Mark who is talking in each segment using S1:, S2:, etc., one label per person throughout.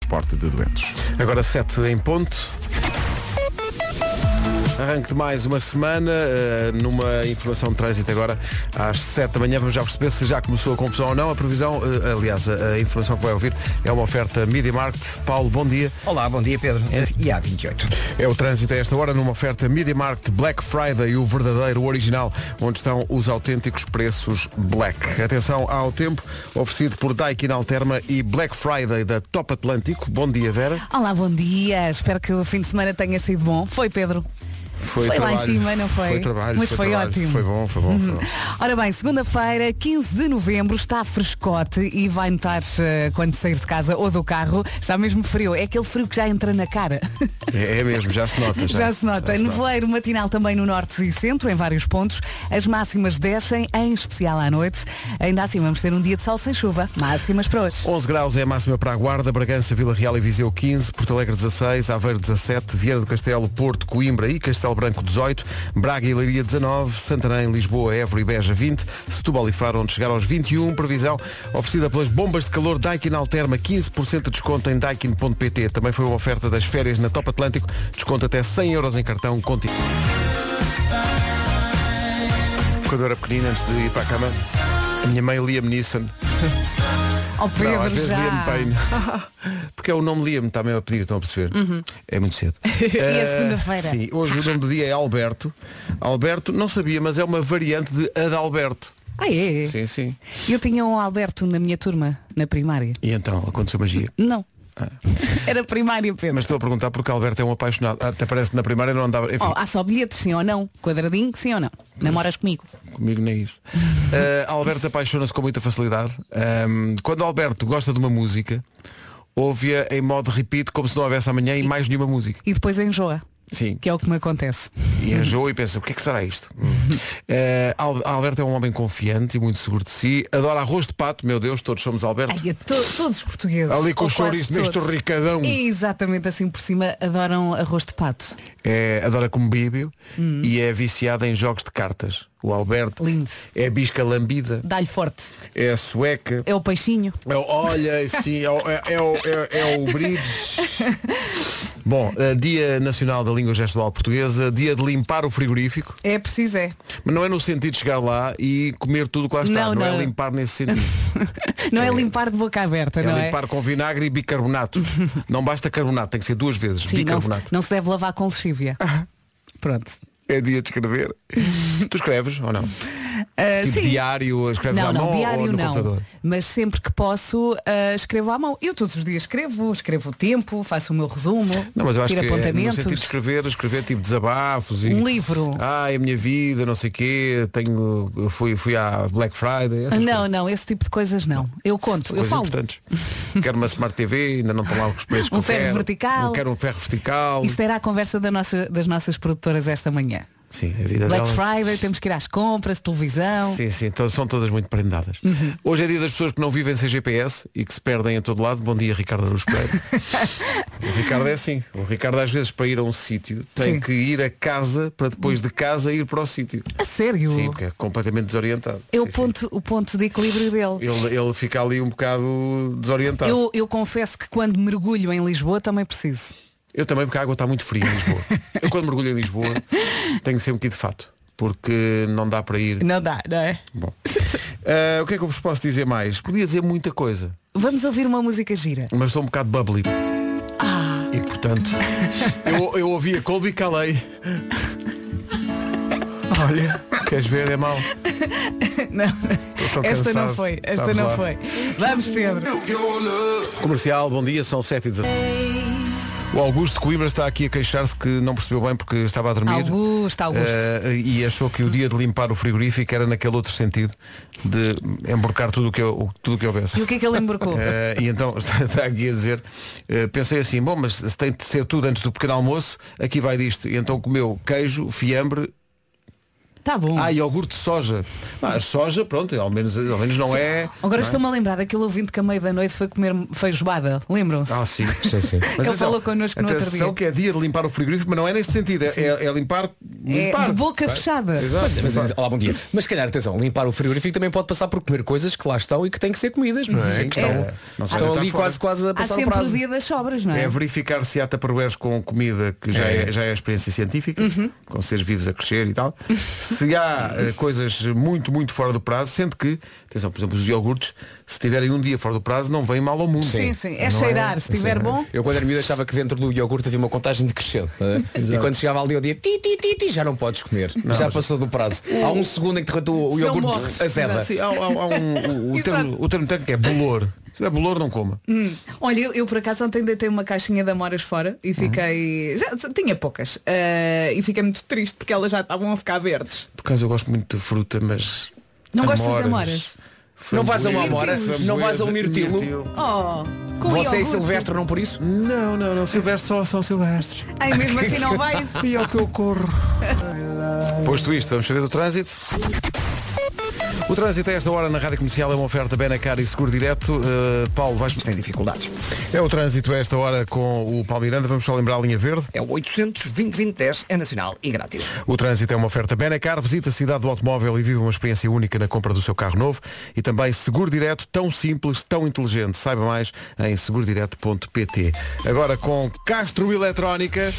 S1: transporte de doentes.
S2: Agora 7 em ponto. Arranque de mais uma semana, eh, numa informação de trânsito agora, às 7 da manhã, vamos já perceber se já começou a confusão ou não. A previsão, eh, aliás, a, a informação que vai ouvir é uma oferta Media Market. Paulo, bom dia.
S3: Olá, bom dia Pedro. E há 28.
S2: É o trânsito a esta hora numa oferta Media Market Black Friday, o verdadeiro, o original, onde estão os autênticos preços Black. Atenção ao tempo, oferecido por Daikin Alterma e Black Friday da Top Atlântico. Bom dia, Vera.
S4: Olá, bom dia. Espero que o fim de semana tenha sido bom. Foi, Pedro? Foi lá em cima, não foi?
S2: Foi trabalho,
S4: Mas foi
S2: trabalho.
S4: ótimo.
S2: Foi bom, foi bom, foi bom.
S4: Ora bem, segunda-feira, 15 de novembro, está frescote e vai notar eh, quando sair de casa ou do carro, está mesmo frio. É aquele frio que já entra na cara.
S2: É, é mesmo, já se nota.
S4: Já se nota. Nevoeiro matinal também no norte e centro, em vários pontos. As máximas descem, em especial à noite. Ainda assim, vamos ter um dia de sol sem chuva. Máximas para hoje.
S2: 11 graus é a máxima para a Guarda, Bragança, Vila Real e Viseu 15, Porto Alegre 16, Aveiro 17, Vieira do Castelo, Porto, Coimbra e Castelo Branco 18, Braga e Leiria 19, Santarém, Lisboa, Évora e Beja 20, Setúbal e Faro onde chegar aos 21, previsão oferecida pelas bombas de calor Daikin Alterma, 15% de desconto em daikin.pt. Também foi uma oferta das férias na Top Atlântico, desconto até 100 euros em cartão contigo. Quando eu era pequenina, antes de ir para a cama, a minha mãe Liam Neeson
S4: Ao Pedro
S2: Oh, não, às vezes
S4: já.
S2: Liam Payne. Porque é o nome Liam, está mesmo a pedir, estão a perceber. É muito cedo.
S4: Uhum. E é
S2: Eh,
S4: segunda-feira.
S2: Sim, hoje o nome do dia é Alberto. Alberto, não sabia, mas é uma variante de Adalberto.
S4: Ah, é?
S2: Sim, sim.
S4: Eu tinha um Alberto na minha turma, na primária.
S2: E então, aconteceu magia.
S4: Não. Era primária, Pedro.
S2: Ah. Mas estou a perguntar porque Alberto é um apaixonado. Até parece que na primária não andava. Enfim,
S4: Oh, há só bilhetes, sim ou não? Quadradinho, sim ou não? Namoras comigo?
S2: comigo nem isso. Eh, Alberto apaixona-se com muita facilidade. Ahm, quando Alberto gosta de uma música, ouve-a em modo repeat como se não houvesse amanhã e mais nenhuma música.
S4: E depois enjoa,
S2: Sim.
S4: que é o que me acontece.
S2: E enjoa e pensa, o que é que será isto? Eh, Al- Alberto é um homem confiante e muito seguro de si. Adora arroz de pato, meu Deus, todos somos Alberto.
S4: Ai, a to- todos os portugueses.
S2: Ali com
S4: ou
S2: o chouriço
S4: quase
S2: neste
S4: todos.
S2: ricadão.
S4: É Exatamente assim por cima, adoram arroz de pato.
S2: É, adora como bíbio
S4: Hum.
S2: e é viciado em jogos de cartas. O Alberto
S4: Lindo.
S2: é bisca lambida,
S4: Dá-lhe forte.
S2: é sueca.
S4: É o peixinho.
S2: É o- olha, sim, é, o- é, é o- é- é o Brides. Bom, eh, Dia Nacional da Língua Gestual Portuguesa, dia de limpar o frigorífico.
S4: É preciso, é.
S2: Mas não é no sentido de chegar lá e comer tudo o que lá está.
S4: Não,
S2: não é
S4: não.
S2: limpar nesse sentido.
S4: Não é limpar de boca aberta, não
S2: É
S4: é?
S2: limpar com vinagre e bicarbonato. não basta carbonato, tem que ser duas vezes
S4: Sim, não, se-
S2: bicarbonato.
S4: não se deve lavar com lexívia. Pronto.
S2: É dia de escrever. tu escreves ou não?
S4: Ah,
S2: tipo
S4: sim.
S2: diário, escreves
S4: Não,
S2: à mão
S4: não,
S2: ou
S4: diário
S2: no
S4: não.
S2: computador?
S4: Mas sempre que posso, ah, escrevo à mão. Eu todos os dias escrevo, escrevo o tempo, faço o meu resumo,
S2: Não, mas eu acho
S4: tiro
S2: que é no
S4: apontamentos.
S2: sentido de escrever, escrever tipo desabafos e.
S4: Um livro.
S2: Ah, é a minha vida, não sei o quê, tenho, fui, fui à Black Friday. essas coisas.
S4: não, não, esse tipo de coisas não. Eu conto, eu
S2: Coisas
S4: falo.
S2: importantes. Quero uma Smart TV, ainda não estão lá os preços que
S4: Um
S2: eu
S4: ferro
S2: quero.
S4: vertical.
S2: Quero um ferro vertical.
S4: Isto era a conversa da nossa- das nossas produtoras esta manhã.
S2: Sim, a vida
S4: Black
S2: delas.
S4: Friday, temos que ir às compras, televisão.
S2: Sim, sim, to- são todas muito prendadas. Hoje é dia das pessoas que não vivem sem GPS e que se perdem a todo lado. Bom dia, Ricardo Aruz Pereira. o Ricardo é assim. O Ricardo às vezes para ir a um sítio tem
S4: Sim.
S2: que ir a casa para depois de casa ir para o sítio.
S4: A sério.
S2: Sim, porque é completamente desorientado.
S4: é o
S2: Sim, sim.
S4: ponto, o ponto de equilíbrio dele.
S2: Ele, ele fica ali um bocado desorientado. Eu,
S4: Eu, eu confesso que quando mergulho em Lisboa também preciso.
S2: também, porque a água está muito fria em Lisboa. eu quando mergulho em Lisboa tenho sempre que ir de fato. Porque não dá para ir.
S4: Não dá, não é?
S2: Bom. Ah, o que é que eu vos posso dizer mais? Podia dizer muita coisa.
S4: Vamos ouvir uma música gira.
S2: mas estou um bocado bubbly.
S4: Ah.
S2: E portanto, eu, eu ouvi a Colby e calei. Olha, queres ver? É mau.
S4: Não,
S2: tão
S4: esta
S2: cansado.
S4: não foi, esta
S2: Sabes
S4: não
S2: lá.
S4: foi. Vamos, Pedro.
S2: Comercial, bom dia, são 7 e 19 O Augusto Coimbra está aqui a queixar-se que não percebeu bem porque estava a dormir.
S4: Augusto, Augusto.
S2: Eh, e achou que o dia de limpar o frigorífico era naquele outro sentido de emborcar tudo o que, eu- tudo o que houvesse.
S4: E o que é que ele embarcou?
S2: Eh, e então está aqui a dizer, eh, pensei assim, bom, mas se tem de ser tudo antes do pequeno almoço, aqui vai disto. E então comeu queijo, fiambre,
S4: Tá bom.
S5: Ah, iogurte de soja. Mas soja, pronto, ao menos, ao menos não é. não
S4: Agora
S5: é?
S4: estou-me a lembrar daquele ouvinte que a meio da noite foi comer feijoada. Lembram-se?
S5: Ah, sim.
S1: Sim, sim.
S4: Ele falou connosco no
S5: atenção
S4: outro dia.
S5: que é dia de limpar o frigorífico, mas não é neste sentido. É, é- é limpar, limpar. tá?
S4: de boca fechada. é.
S5: Exato.
S1: Mas, mas,
S6: é.
S1: olá, bom dia. Mas se calhar, atenção, limpar o frigorífico também pode passar por comer coisas que lá estão e que têm que ser comidas, não é?
S5: Sim,
S2: Então,
S1: que estão,
S5: é. Não se
S1: estão
S5: pode
S1: ali
S5: deitar fora.
S1: quase, quase a
S4: Há
S1: passar o
S4: sempre o
S1: prazo.
S4: dia das sobras, não é?
S5: É verificar se há taparueres com comida que já é,
S1: É.
S5: já é experiência científica,
S4: Uhum.
S5: com seres vivos a crescer e tal. se há eh, coisas muito, muito fora do prazo, sendo que, atenção, por exemplo, os iogurtes, se tiverem um dia fora do prazo, não vem mal ao mundo.
S4: Sim, sim. É cheirar. Se estiver bom,
S1: Eu quando era miúdo achava que dentro do iogurte havia uma contagem decrescente. né? e quando chegava ali ao dia, ti, ti, ti, ti, já não podes comer. já passou do prazo. Há um segundo em que tu- o
S4: Não
S1: iogurte
S4: morres.
S1: azeda.
S5: Sim, há- há- há um- o, o
S4: Exato.
S5: termo, o termo técnico é bolor. Se não é bolor, não coma.
S4: Olha, eu, eu por acaso ontem deitei uma caixinha de amoras fora e fiquei. Já tinha poucas. eh, e fiquei muito triste porque elas já estavam a ficar verdes.
S5: Por acaso eu gosto muito de fruta, mas.
S4: Não gostas de amoras?
S1: Não vais
S6: um
S1: a um uma
S5: Framboesa,
S1: amora? Não vais a um mirtilo?
S4: Oh, com
S1: Você é
S4: iogurte.
S1: Silvestre não por isso?
S5: Não, não, não. Silvestre só São Silvestre.
S4: Ai, mesmo assim não vais.
S5: E é o que eu corro. Posto isto, vamos saber do trânsito. O trânsito a esta hora na Rádio Comercial é uma oferta Benacar e Seguro Direto. Uh, Paulo, vais...
S6: Tem dificuldades.
S5: É o trânsito a esta hora com o Paulo Miranda. Vamos só lembrar a linha verde.
S6: É o 800 2010 é nacional e grátis.
S5: O trânsito é uma oferta Benacar. Visita a cidade do automóvel e vive uma experiência única na compra do seu carro novo. E também Seguro Direto, tão simples, tão inteligente. Saiba mais em segurodireto.pt. Agora com Castro Eletrónica,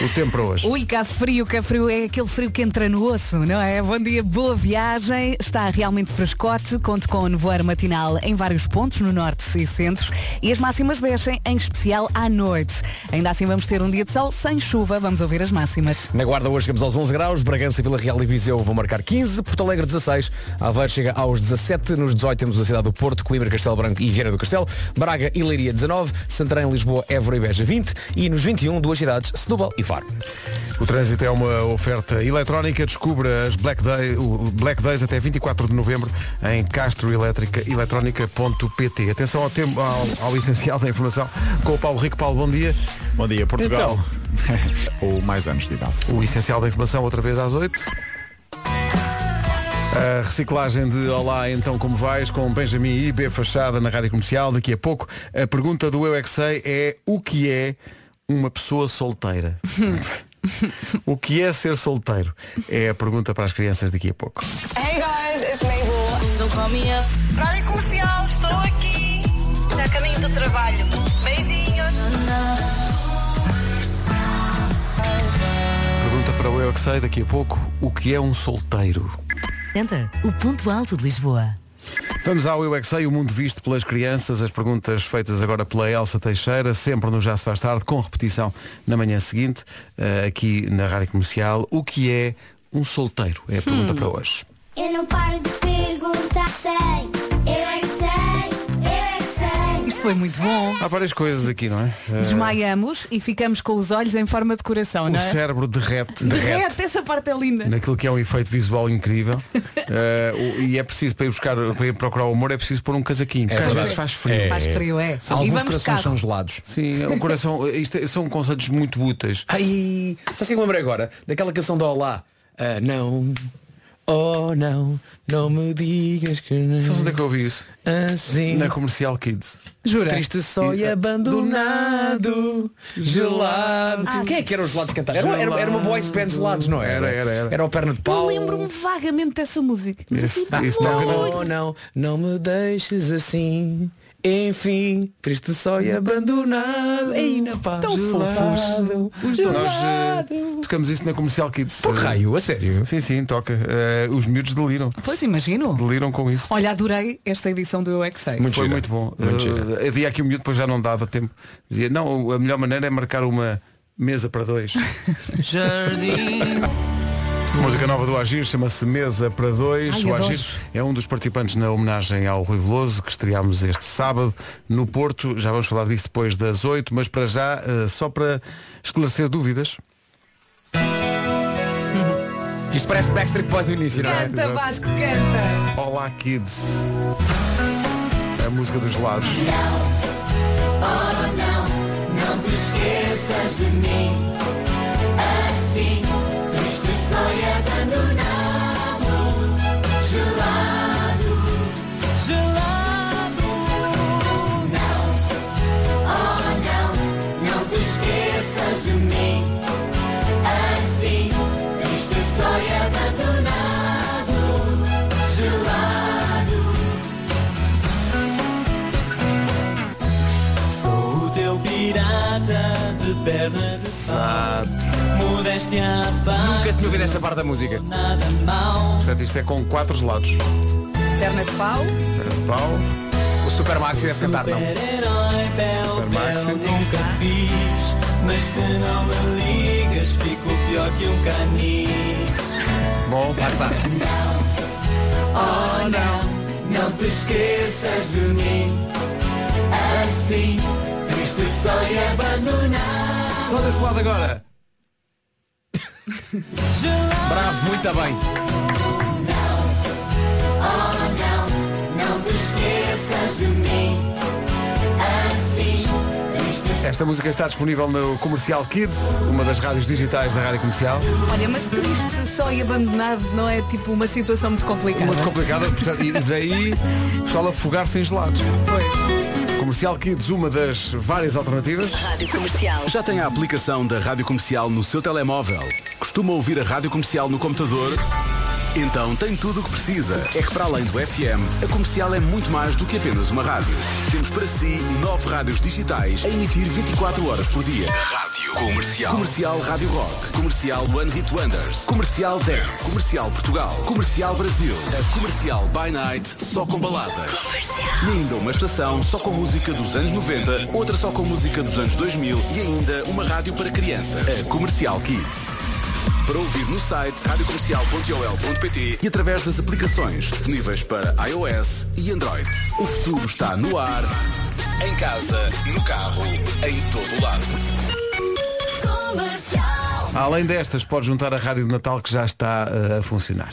S5: o tempo para hoje.
S4: Ui, cá frio, cá frio é aquele frio que entra no osso, não é? Bom dia, boa viagem. Está realmente frescote. Conto com o nevoeiro matinal em vários pontos, no norte e centro. E as máximas descem, em especial à noite. Ainda assim vamos ter um dia de sol sem chuva. Vamos ouvir as máximas.
S1: Na Guarda hoje chegamos aos 11 graus, Bragança, Vila Real e Viseu vão marcar 15, Porto Alegre 16, Aveiro chega aos 17, nos 18 temos a cidade do Porto, Coimbra, Castelo Branco e Viana do Castelo, Braga e Leiria 19, Santarém, Lisboa, Évora e Beja 20 e nos 21 duas cidades, Setúbal e Faro.
S5: O trânsito é uma oferta eletrónica. Descubra as Black, Day, o Black Days até 24 de novembro em castroeletrónica.pt. Atenção ao, tempo, ao, ao essencial da informação com o Paulo Rico. Paulo, bom dia.
S7: Bom dia, Portugal. Ou mais anos de idade.
S5: O essencial da informação outra vez às 8. A reciclagem de Olá, então como vais? Com Benjamin e B Fachada na Rádio Comercial. Daqui a pouco, a pergunta do Eu é Que Sei é o que é uma pessoa solteira? o que é ser solteiro? É a pergunta para as crianças daqui a pouco.
S8: Hey guys, it's Mabel. Don't call me up.
S9: Rádio Comercial, estou aqui. Já caminho do trabalho. Beijinhos.
S5: Pergunta para o Eu é Que Sei daqui a pouco, o que é um solteiro?
S10: Enter, o ponto alto de Lisboa.
S5: Vamos ao Eu é Que Sei, o mundo visto pelas crianças, as perguntas feitas agora pela Elsa Teixeira, sempre no Já Se Faz Tarde, com repetição na manhã seguinte, eh, aqui na Rádio Comercial. O que é um solteiro? É a pergunta para hoje.
S11: Eu não paro de perguntar, sei, eu é que sei, eu é que sei.
S4: Isto foi muito bom.
S5: Há várias coisas aqui, não é? Eh,
S4: Desmaiamos e ficamos com os olhos em forma de coração, não
S5: o
S4: é?
S5: cérebro derrete,
S4: Derrete, essa parte é linda.
S5: naquilo que é um efeito visual incrível. Eh, o- e é preciso, para ir, buscar, para ir procurar o amor, é preciso pôr um casaquinho. porque às
S1: verdade.
S5: vezes faz frio.
S4: Faz frio, é. e
S1: Alguns
S4: vamos de
S1: corações
S4: carro.
S1: são gelados.
S5: Sim, o coração, isto é- são conselhos muito úteis.
S1: Ai, sabes o que é que me lembrei agora? Daquela canção da Olá. Ah, não, oh não, não me digas que
S5: Sabes
S1: não.
S5: onde é que eu ouvi isso?
S1: Assim.
S5: Na Comercial Kids.
S4: Jura?
S1: Triste só e eh,
S5: E-
S1: abandonado, gelado. Quem é que eram os gelados cantar? Era, era, era uma boys band gelados, não era?
S5: Era, era, era.
S1: Era o perna de
S4: Eu
S1: pau.
S4: lembro-me vagamente dessa música.
S5: Esse- esse toca na-
S1: Não, não, não me deixes assim. Enfim, triste só e abandonado. Ei, na paz.
S4: Tão
S1: gelado,
S5: Nós eh,
S1: gelado.
S5: tocamos isso na Comercial Kids.
S1: Por
S5: eh,
S1: raio, a sério.
S5: Sim, sim, toca. Eh, os miúdos deliram.
S4: Pois imagino.
S5: Deliram com isso.
S4: Olha, adorei esta edição do Eu é Que Sei.
S1: Muito
S5: Foi
S1: gira.
S5: muito bom.
S1: Muito
S5: Eh,
S1: gira.
S5: havia aqui um miúdo, depois já não dava tempo. Dizia, não, a melhor maneira é marcar uma mesa para dois. Música nova do Agir chama-se Mesa para Dois.
S4: Ai,
S5: o
S4: adoro.
S5: Agir é um dos participantes na homenagem ao Rui Veloso, que estreámos este sábado no Porto. Já vamos falar disso depois das oito, mas para já, eh, só para esclarecer dúvidas.
S1: Isto parece Backstreet Boys no início, não é?
S4: Canta, Vasco, canta.
S5: Olá Kids. A música dos lados.
S11: Triste só e abandonado.
S5: batata de perna de sal. Modéstia à parte,
S2: Nunca tinha ouvido esta parte da música.
S5: nada mal.
S2: Portanto, isto é com quatro gelados.
S4: Perna de pau.
S2: Perna de pau. O Super Maxi deve cantar, não?
S5: Super-herói, bel,
S2: Super
S5: bel,
S2: Maxi.
S5: nunca fiz. Mas se não me ligas, fico pior que um canis.
S2: Bom,
S5: Oh não, não te esqueças de mim. Assim, triste só e abandonado.
S2: só desse lado agora.
S5: Gelado,
S2: Bravo, muito bem.
S5: não te esqueças de mim. Assim, triste
S2: Esta música está disponível no Comercial Kids, uma das rádios digitais da Rádio Comercial.
S4: Olha, mas triste, só e abandonado não é tipo uma situação muito
S5: É
S4: complicada.
S2: Muito complicada, portanto, e daí o pessoal afogar-se em gelados. Comercial Kids, uma das várias alternativas.
S12: Rádio Comercial.
S13: Já tem a aplicação da Rádio Comercial no seu telemóvel? Costuma ouvir a Rádio Comercial no computador? Então tem tudo o que precisa. É que para além do FM, a comercial é muito mais do que apenas uma rádio. Temos para si nove rádios digitais a emitir 24 horas por dia. Rádio Comercial. Comercial Rádio Rock. Comercial One Hit Wonders. Comercial Dance. Comercial Portugal. Comercial Brasil. A comercial by night só com baladas. E ainda uma estação só com música dos anos 90, outra só com música dos anos 2000 e ainda uma rádio para criança, a Comercial Kids. Para ouvir no site radiocomercial.ol.pt e através das aplicações disponíveis para iOS e Android. O futuro está no ar, em casa, no carro, em todo lado.
S2: Além destas, pode juntar a Rádio de Natal que já está eh, a funcionar.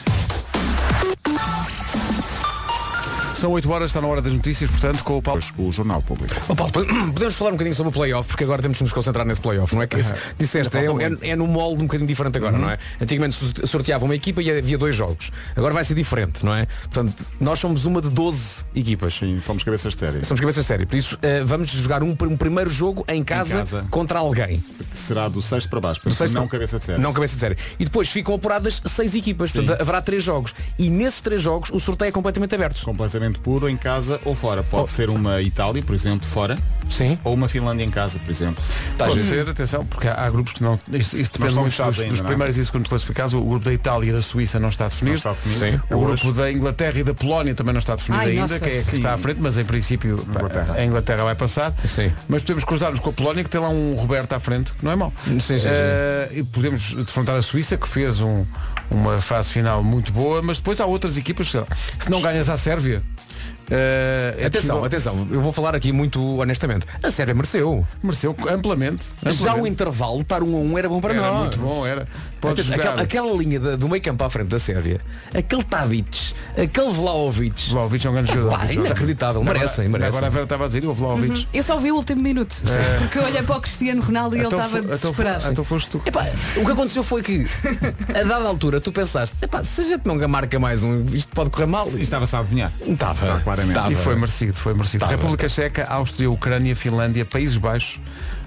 S2: São 8 horas, está na hora das notícias, portanto, com o Paulo.
S7: O Jornal Público.
S1: Ó, Paulo, podemos falar um bocadinho sobre o playoff, porque agora temos de nos concentrar nesse playoff, não é? Que esse- disseste, é, é, é no molde um bocadinho diferente
S7: Uhum.
S1: agora, não é? Antigamente su- sorteava uma equipa e havia dois jogos. Agora vai ser diferente, não é? Portanto, nós somos uma de 12 equipas.
S7: Sim, somos cabeças de série.
S1: Somos cabeça séria, por isso eh, vamos jogar um, pr- um primeiro jogo em casa,
S7: casa.
S1: contra alguém.
S7: Será do sexto para baixo, portanto,
S1: Sexto-
S7: não cabeça de série.
S1: Não cabeça de série. E depois ficam apuradas seis equipas, portanto haverá três jogos. E nesses três jogos o sorteio é completamente aberto.
S7: Completamente puro, em casa ou fora. Pode ser uma Itália, por exemplo, fora.
S1: Sim.
S7: Ou uma Finlândia em casa, por exemplo.
S2: Pode ser, atenção, porque há, há grupos que não. Isto, isto depende
S7: estão
S2: muito
S7: fechados
S2: dos,
S7: ainda,
S2: dos
S7: não é?
S2: primeiros e segundos classificados. O grupo da Itália e da Suíça não está definido.
S7: Não está definido.
S2: Sim. O
S7: Hoje.
S2: grupo da Inglaterra e da Polónia também não está definido
S4: Ai,
S2: ainda,
S4: nossa,
S2: que é que
S4: sim.
S2: está à frente, mas em princípio pá,
S7: Inglaterra.
S2: a Inglaterra vai passar.
S1: Sim.
S2: Mas podemos cruzar-nos com a Polónia, que tem lá um Roberto à frente, que não é mau.
S1: Sim, sim, sim.
S2: Eh, e podemos defrontar a Suíça, que fez um- uma fase final muito boa, mas depois há outras equipas. sei lá. Se não ganhas à Sérvia. eh, é
S1: atenção,
S2: possível-
S1: atenção, eu vou falar aqui muito honestamente. A série mereceu.
S2: Mereceu amplamente.
S1: Já o
S2: amplamente.
S1: intervalo, estar um a um era bom para
S2: É Era
S1: nós.
S2: muito bom, era. Podes
S1: Atenção,
S2: jogar.
S1: aquela, aquela linha da- do meio campo à frente da Sérvia, aquele Tadic, aquele Vlaovic,
S2: Vlahovic é um grande jogador.
S1: Pá, inacreditável,
S2: Agora-
S1: merecem, merecem.
S2: Agora a Vera estava a dizer, e o Vlahovic.
S4: Eu só vi o último minuto, porque eu olhei para o Cristiano Ronaldo e
S2: É. Então
S4: ele estava
S2: fo- então fo-
S4: desesperado.
S2: Então foste tu.
S1: Epá, o que aconteceu foi que, a dada altura, tu pensaste, epá, se a gente não marca mais um, isto pode correr mal.
S7: E Estava-se a adivinhar. Tá,
S1: Estava,
S7: claramente.
S2: E
S1: estava.
S2: foi merecido, foi merecido. República Checa, Áustria, Ucrânia, Finlândia, Países Baixos,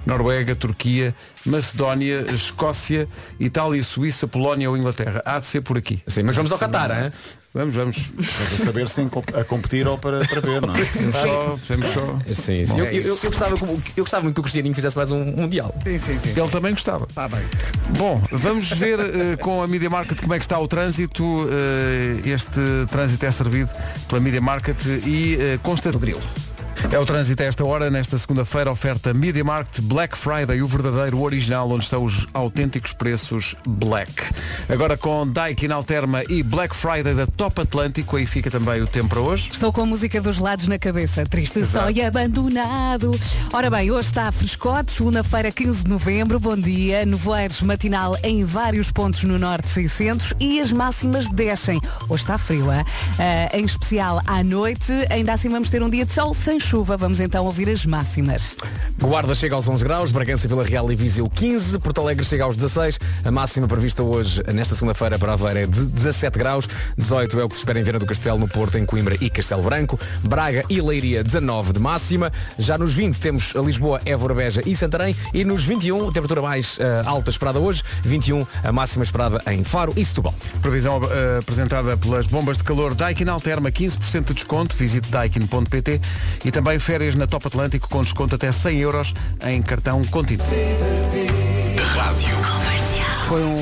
S2: Noruega, Turquia, Macedónia, Escócia, Itália, Suíça, Polónia ou Inglaterra. Há de ser por aqui.
S1: Sim, mas vamos ao Qatar, hein?
S2: Vamos, vamos.
S7: Mas a saber se em comp- a competir ou para, para ver, não é?
S2: Vamos só, vamos só.
S1: Sim, sim. Eu, eu- eu gostava, que o- eu gostava muito que o Cristianinho fizesse mais um Mundial.
S14: Sim, sim, sim.
S2: Ele também gostava.
S14: Está bem.
S2: Bom, vamos ver eh, com a Media Market como é que está o trânsito. Eh, este trânsito é servido pela Media Market e eh, consta do grilo. É o trânsito a esta hora, nesta segunda-feira, oferta Media Market Black Friday, o verdadeiro o original, onde estão os autênticos preços Black. Agora com Daikin Alterma e Black Friday da Top Atlântico, aí fica também o tempo para hoje.
S4: Estou com a música dos lados na cabeça. Triste só e abandonado. Ora bem, hoje está frescote, segunda-feira, 15 de novembro. Bom dia. Nevoeiros matinal em vários pontos no norte e centro e as máximas descem. Hoje está frio, hã? Ah, em especial à noite. Ainda assim vamos ter um dia de sol sem chuva. Vamos então ouvir as máximas.
S1: Guarda chega aos 11 graus, Bragança, Vila Real e Viseu 15, Porto Alegre chega aos 16, a máxima prevista hoje, nesta segunda-feira, para Aveira é de 17 graus, 18 é o que se espera em Viana do Castelo, no Porto, em Coimbra e Castelo Branco, Braga e Leiria 19 de máxima, já nos 20 temos a Lisboa, Évora, Beja e Santarém e nos 21, a temperatura mais eh, alta esperada hoje, 21 a máxima esperada em Faro e Setúbal.
S2: Previsão eh, apresentada pelas bombas de calor Daikin Alterma, 15% de desconto. Visite daikin.pt e também também férias na Top Atlântico com desconto até 100 euros em cartão contínuo.
S15: Rádio.
S2: Foi um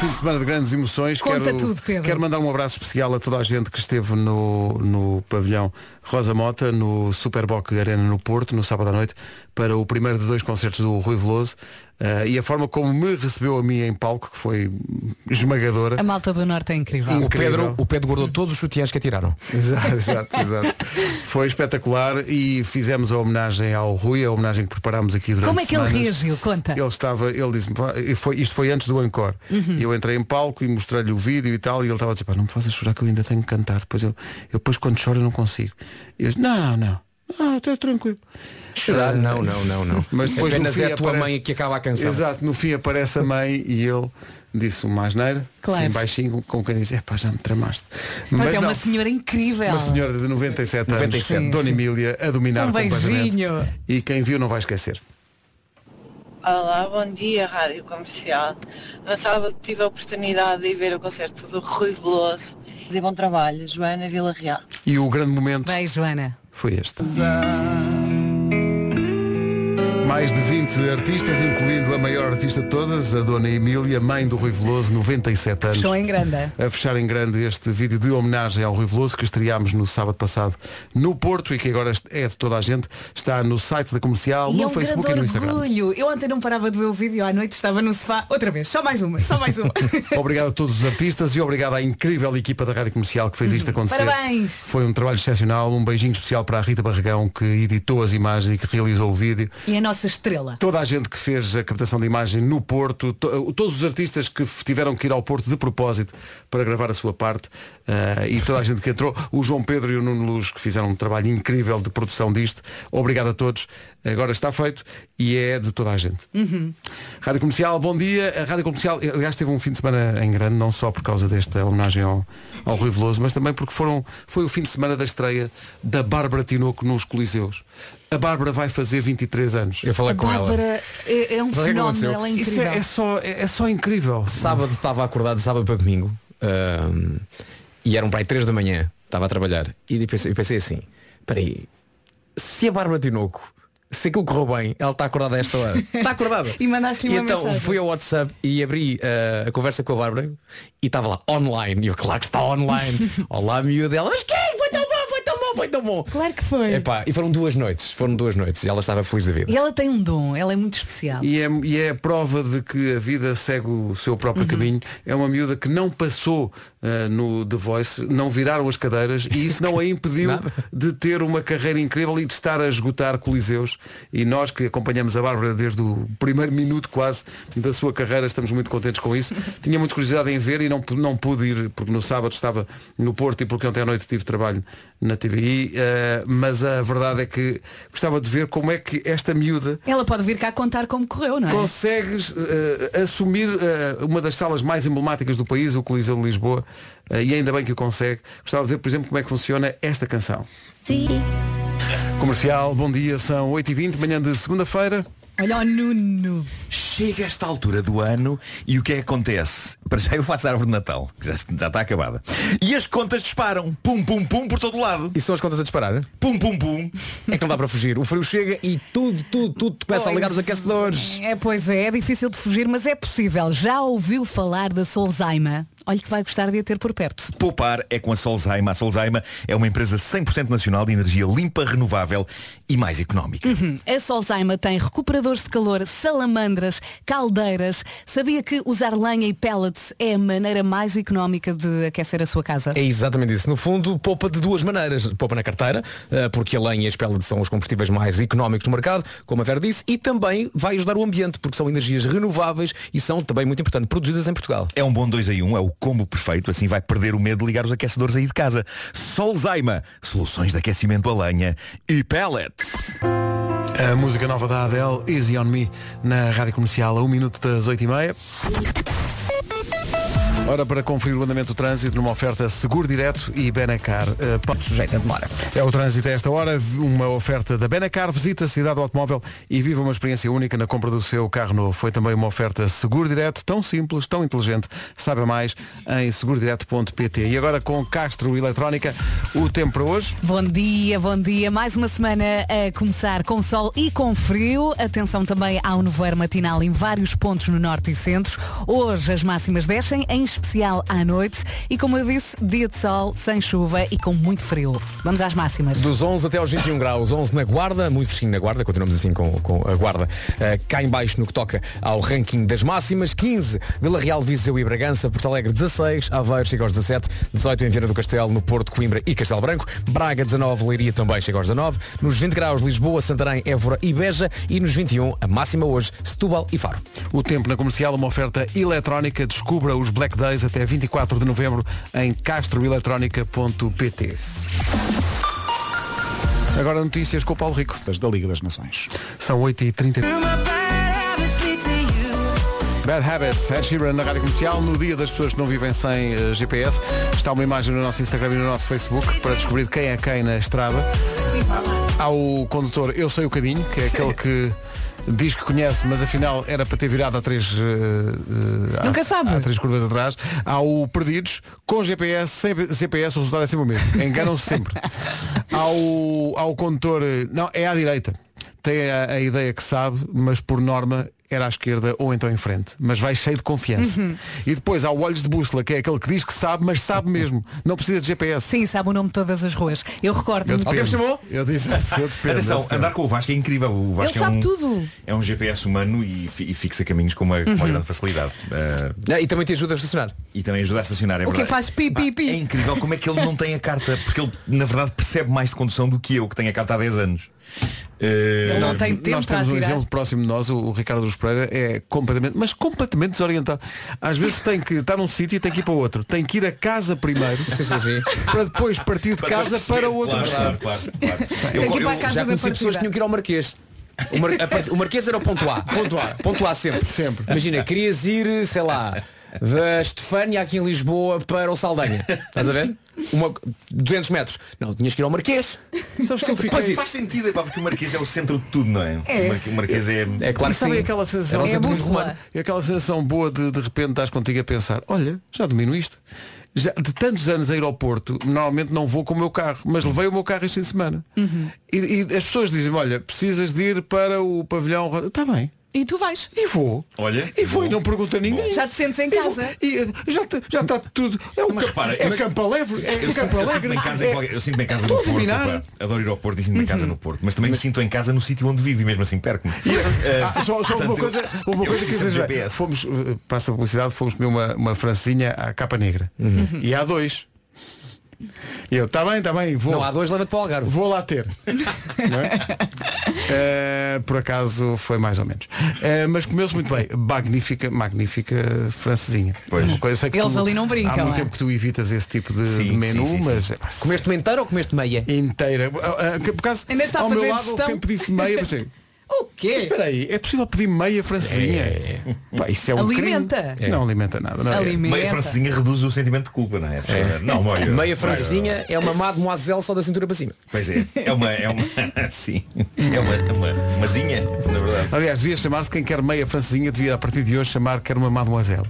S2: fim de semana de grandes emoções.
S4: Conta tudo, Pedro.
S2: quero mandar um abraço especial a toda a gente que esteve no, no pavilhão Rosa Mota, no Superboc Arena no Porto, no sábado à noite, para o primeiro de dois concertos do Rui Veloso. Ah, e a forma como me recebeu a mim em palco, que foi esmagadora.
S4: A malta do Norte é incrível.
S2: Incrível.
S1: O Pedro, o Pedro guardou todos os chutiãs que atiraram.
S2: Exato, exato, exato. Foi espetacular e fizemos a homenagem ao Rui, a homenagem que preparámos aqui durante
S4: Como é que ele
S2: semanas.
S4: reagiu? Conta.
S2: Ele estava, ele disse-me, "Vá", e foi, isto foi antes do Encore.
S4: Uhum.
S2: E eu entrei em palco e mostrei-lhe o vídeo e tal, e ele estava a dizer, "Pá, não me faças chorar que eu ainda tenho que cantar. Depois eu, eu depois quando choro eu não consigo. E eu disse, não, não. Ah, está tranquilo.
S1: Chorar? Não, não, não, não.
S2: Mas depois no
S1: Apenas
S2: fim
S1: é a tua
S2: aparece-
S1: mãe que acaba a canção.
S2: Exato, no fim aparece a mãe e ele disse uma asneira,
S4: Claro.
S2: assim baixinho, com quem diz, é pá, já me tramaste.
S4: Mas é
S2: não.
S4: uma senhora incrível.
S2: Uma senhora de 97 anos,
S1: 97.
S2: Dona Emília, a dominar
S4: Um
S2: completamente.
S4: beijinho.
S2: E quem viu não vai esquecer.
S9: Olá, bom dia, Rádio Comercial. No sábado tive a oportunidade de ir ver o concerto do Rui Veloso. E bom trabalho, Joana Vila Real.
S2: E o grande momento
S4: Bem, Joana.
S2: foi este. Mais de 20 artistas, incluindo a maior artista de todas, a Dona Emília, mãe do Rui Veloso, 97 anos.
S4: Show em grande.
S2: A fechar em grande este vídeo de homenagem ao Rui Veloso que estreámos no sábado passado no Porto e que agora é de toda a gente. Está no site da comercial,
S4: E
S2: no
S4: é um
S2: Facebook e no
S4: grande
S2: Instagram.
S4: orgulho. Eu ontem não parava de ver o vídeo, à noite estava no sofá. Outra vez, só mais uma, só mais uma.
S2: Obrigado a todos os artistas e obrigado à incrível equipa da Rádio Comercial que fez isto acontecer.
S4: Parabéns.
S2: Foi um trabalho excepcional, um beijinho especial para a Rita Barragão que editou as imagens e que realizou o vídeo.
S4: e a nossa estrela.
S2: Toda a gente que fez a captação de imagem no Porto, to- eh, todos os artistas que f- tiveram que ir ao Porto de propósito para gravar a sua parte eh, e toda a gente que entrou, o João Pedro e o Nuno Luz que fizeram um trabalho incrível de produção disto. Obrigado a todos. Agora está feito e é de toda a gente. Rádio Comercial, bom dia. A Rádio Comercial, eh, aliás, teve um fim de semana em grande, não só por causa desta homenagem ao, ao Rui Veloso, mas também porque foram, foi o fim de semana da estreia da Bárbara Tinoco nos Coliseus. A Bárbara vai fazer 23 anos.
S1: Eu falei com ela.
S4: é, é um
S1: Sabe o que aconteceu?
S4: ela é
S2: Isso
S4: incrível.
S2: é, é só, é, é só incrível.
S1: Sábado estava acordado, de sábado para domingo. ahm, e eram para aí 3 da manhã. Estava a trabalhar. E pensei, eu pensei assim, peraí, se a Bárbara Tinoco, se aquilo correu bem, ela está acordada a esta hora. Está acordada.
S4: E mandaste-lhe
S1: E
S4: uma
S1: então
S4: mensagem.
S1: fui ao WhatsApp e abri ah, a conversa com a Bárbara e estava lá online. E eu, claro que está online. Olá, miúda. Ela, mas quem? Foi tão bom, foi tão bom, foi tão bom.
S4: Claro que foi.
S1: Epá, e foram duas noites. Foram duas noites. E ela estava feliz da vida.
S4: E ela tem um dom, ela é muito especial.
S2: E é, e é a prova de que a vida segue o seu próprio caminho. É uma miúda que não passou ah, no The Voice, não viraram as cadeiras e isso não a impediu
S1: Nada.
S2: de ter uma carreira incrível e de estar a esgotar coliseus. E nós que acompanhamos a Bárbara desde o primeiro minuto quase da sua carreira, estamos muito contentes com isso. Tinha muita curiosidade em ver e não, pu- não pude ir, porque no sábado estava no Porto e porque ontem à noite tive trabalho na TVI, ah, mas a verdade é que gostava de ver como é que esta miúda
S4: Ela pode vir cá contar como correu, não é?
S2: consegues eh, assumir eh, uma das salas mais emblemáticas do país, o Coliseu de Lisboa, eh, e ainda bem que o consegue. Gostava de dizer, por exemplo, como é que funciona esta canção. Comercial, bom dia, são 8h20, manhã de segunda-feira.
S4: Olha o Nuno.
S13: Chega esta altura do ano e o que é que acontece? Para já eu faço a árvore de Natal, que já, já está acabada. E as contas disparam. Pum, pum, pum por todo lado.
S1: E são as contas a disparar?
S13: Pum, pum, pum.
S1: É que não dá para fugir. O frio chega e tudo, tudo, tudo começa a ligar os aquecedores.
S4: É, pois é, é difícil de fugir, mas é possível. Já ouviu falar da Solzaima? Olha que vai gostar de a ter por perto.
S13: Poupar é com a Solzaima. A Solzaima é uma empresa 100% nacional de energia limpa, renovável e mais económica.
S4: A Solzaima tem recuperadores de calor, salamandras, caldeiras. Sabia que usar lenha e pellets é a maneira mais económica de aquecer a sua casa?
S1: É exatamente isso. No fundo, poupa de duas maneiras. Poupa na carteira, eh, porque a lenha e as pellets são os combustíveis mais económicos no mercado, como a Vera disse, e também vai ajudar o ambiente, porque são energias renováveis e são também muito importante, produzidas em Portugal.
S13: É um bom 2 em 1, um, é o combo perfeito, assim vai perder o medo de ligar os aquecedores aí de casa. Solzaima, soluções de aquecimento a lenha e pellets.
S2: É A música nova da Adele, Easy um On Me, na Rádio Comercial, a 1 minuto das 8h30. Ora, para conferir o andamento do trânsito numa oferta seguro direto e Benacar. eh, pa-
S3: Sujeito a demora.
S2: É o trânsito a esta hora, uma oferta da Benacar, visita a cidade do automóvel e viva uma experiência única na compra do seu carro novo. Foi também uma oferta seguro direto, tão simples, tão inteligente. Saiba mais em segurodireto.pt. E agora com Castro Eletrónica, o tempo para hoje.
S4: Bom dia, bom dia. Mais uma semana a começar com sol e com frio. Atenção também ao nevoeiro matinal em vários pontos no norte e centro. Hoje as máximas descem, em especial à noite. E como eu disse, dia de sol, sem chuva e com muito frio. Vamos às máximas.
S1: Dos 11 até aos 21 graus, 11 na Guarda, muito fresquinho na Guarda, continuamos assim com, com a Guarda eh, cá em baixo no que toca ao ranking das máximas, 15, Vila Real, Viseu e Bragança, Porto Alegre 16, Aveiro chega aos 17, 18 em Viana do Castelo, no Porto, Coimbra e Castelo Branco, Braga 19, Leiria também chega aos 19, nos 20 graus Lisboa, Santarém, Évora e Beja e nos 21 a máxima hoje, Setúbal e Faro.
S2: O tempo na comercial, uma oferta eletrónica. Descubra os Black Days até 24 de novembro em castroeletronica.pt. Agora notícias com o Paulo Rico.
S16: Da Liga das Nações.
S2: São 8h30. Bad Habits, Ed Sheeran na Rádio Comercial. No dia das pessoas que não vivem sem eh, GPS, está uma imagem no nosso Instagram e no nosso Facebook para descobrir quem é quem na estrada. Há o condutor Eu Sei o Caminho, que é aquele que diz que conhece, mas afinal era para ter virado há três, eh, eh,
S4: Nunca
S2: há,
S4: sabe.
S2: há três curvas atrás. Há o Perdidos, com GPS, sem GPS, o resultado é sempre o mesmo. Enganam-se sempre. Há o, há o condutor, eh, não, é à direita. Tem a, a ideia que sabe, mas por norma era à esquerda ou então em frente. Mas vai cheio de confiança.
S4: Uhum.
S2: E depois há o Olhos de Bússola, que é aquele que diz que sabe, mas sabe mesmo. Não precisa de GPS.
S4: Sim, sabe o nome de todas as ruas. Eu recordo.
S2: Eu dependo. Eu disse, eu dependo, eu
S13: Atenção,
S2: dependo.
S13: andar com o Vasco é incrível. O
S4: Ele
S13: Vasco é
S4: sabe
S13: um,
S4: tudo.
S13: É um GPS humano e, fi- e fixa caminhos com uma, com uma
S4: Uhum.
S13: grande facilidade. Ah,
S1: e também te ajuda a estacionar.
S13: E também ajuda a estacionar, é
S4: o que
S13: verdade.
S4: faz pi, pi, pi.
S13: É incrível como é que ele não tem a carta, porque ele na verdade percebe mais de condução do que eu, que tenho a carta há 10 anos. Eh,
S2: Nós- Nós temos um exemplo próximo de nós, o, o Ricardo dos Pereira é completamente, mas completamente desorientado. Às vezes tem que estar num sítio e tem que ir para outro. Tem que ir a casa primeiro para depois partir de
S13: Para
S2: casa
S13: perceber,
S2: para outro destino.
S13: claro, claro,
S1: Eu,
S2: Tem que ir
S1: eu
S2: para a casa
S1: já
S2: da
S1: conheci
S2: partida.
S1: pessoas que tinham que ir ao Marquês. O, Mar- a part- o Marquês era o ponto A. Ponto A. Ponto A sempre. sempre. Imagina, querias ir, sei lá, da Estefânia aqui em Lisboa para o Saldanha. Estás a ver? Uma, 200 metros. Não, tinhas que ir ao Marquês.
S2: Sabes
S13: que eu fiquei- Faz sentido, é pá, porque o Marquês é o centro de tudo, não é?
S2: É.
S13: O Marque- O Marquês é.
S2: E sabe aquela sensação, E aquela sensação boa de de repente estás contigo a pensar, olha, já domino isto. Já, de tantos anos a aeroporto, normalmente não vou com o meu carro, mas
S13: Uhum.
S2: levei o meu carro este fim de semana. E, e as pessoas dizem, olha, precisas de ir para o pavilhão. Ro-" Está bem.
S4: E tu vais.
S2: E vou.
S13: Olha.
S2: E vou e não pergunto a ninguém.
S4: Já te sentes em casa.
S2: E eh, já, te- já está tudo. É o
S13: Mas
S2: campo,
S13: repara,
S2: é
S13: mas-
S2: Campo Alegre. É
S13: eu,
S2: Campo
S13: sinto, eu
S2: Alegre.
S13: sinto-me em casa,
S2: é-
S13: em qualquer- eu sinto-me em casa no
S2: Estou a
S13: Porto.
S2: dominar.
S13: pá. Adoro ir ao Porto e
S2: Uhum.
S13: sinto-me em casa no Porto. Mas também me sinto em casa no sítio onde vivo e mesmo assim perco-me.
S2: Ah, só, só uma coisa, uma coisa que seja fomos eh, para a publicidade fomos comer uma, uma francinha à capa negra Uhum. e há dois e eu está bem está bem vou
S1: Não, há dois leva-te para o Algarve
S2: vou lá ter Não é? Eh, por acaso foi mais ou menos Eh, mas comeu-se muito bem magnífica magnífica francesinha pois. Coisa, eu sei que
S4: Eles
S2: tu-
S4: ali não brincam,
S2: há muito
S4: é?
S2: tempo que tu evitas esse tipo de,
S1: Sim,
S2: de menu
S1: sim, sim, sim.
S2: mas é
S1: comeste-me inteira ou comeste meia
S2: inteira Ah, ah, que por acaso
S4: Ainda está a
S2: ao meu
S4: fazer
S2: lado
S4: gestão?
S2: quem pedisse meia mas, sim.
S4: O quê?
S2: Mas Espera aí, é possível pedir meia francesinha? Pá, isso é um
S4: Alimenta.
S2: crime. Não alimenta nada. Não é?
S13: Meia francesinha reduz o sentimento de culpa, não é? Não, olha, olha,
S1: Meia francesinha é uma mademoiselle só da cintura para cima.
S13: Pois é, é uma, é uma, sim, é uma, é uma mazinha, na verdade.
S2: Aliás, devia chamar-se quem quer meia francesinha, devia a partir de hoje chamar quer uma mademoiselle.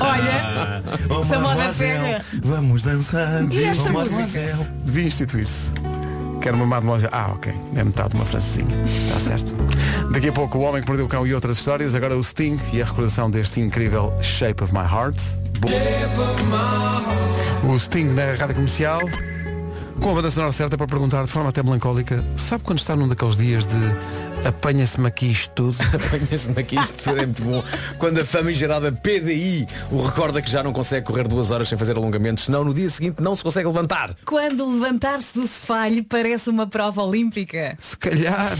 S13: Olha,
S17: essa moda
S2: velha.
S13: Vamos dançar.
S2: Devia-
S17: esta
S2: uma
S17: música?
S2: mademoiselle. Devia instituir-se. Quer uma mademoiselle. Ah, ok. É metade de uma francesinha. Está certo. Daqui a pouco o Homem que Perdeu o Cão e outras histórias. Agora o Sting e a recordação deste incrível Shape of My Heart. O Sting na rádio comercial. Com a banda sonora certa para perguntar de forma até melancólica, sabe quando está num daqueles dias de apanha-se-me aqui isto tudo?
S1: apanha-se-me aqui isto tudo é muito bom. Quando a famigerada PDI o recorda que já não consegue correr duas horas sem fazer alongamentos, senão no dia seguinte não se consegue levantar.
S4: Quando levantar-se do sofá lhe parece uma prova olímpica.
S2: Se calhar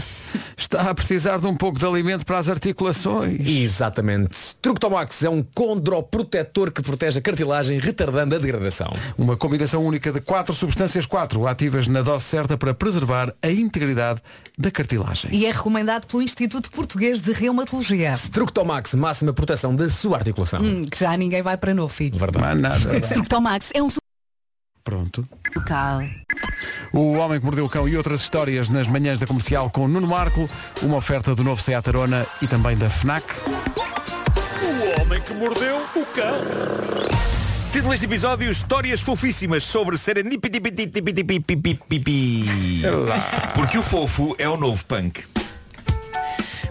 S2: está a precisar de um pouco de alimento para as articulações.
S1: Exatamente. Tructomax é um condroprotetor que protege a cartilagem, retardando a degradação.
S2: Uma combinação única de quatro substâncias, quatro ativas na dose certa para preservar a integridade da cartilagem.
S4: E é recomendado pelo Instituto Português de Reumatologia.
S13: Structomax, máxima proteção da sua articulação.
S4: Hum, que já ninguém vai para novo, filho.
S13: Verdade. Mas
S2: nada.
S4: Structomax é um su-
S2: Pronto.
S4: local.
S2: O Homem que Mordeu o Cão e outras histórias nas manhãs da comercial com Nuno Marco, uma oferta do novo Seat Arona e também da FNAC.
S18: O homem que mordeu o cão.
S5: Título deste episódio, histórias fofíssimas sobre serendipitipitipitipitipipipi. Porque o fofo é o novo punk.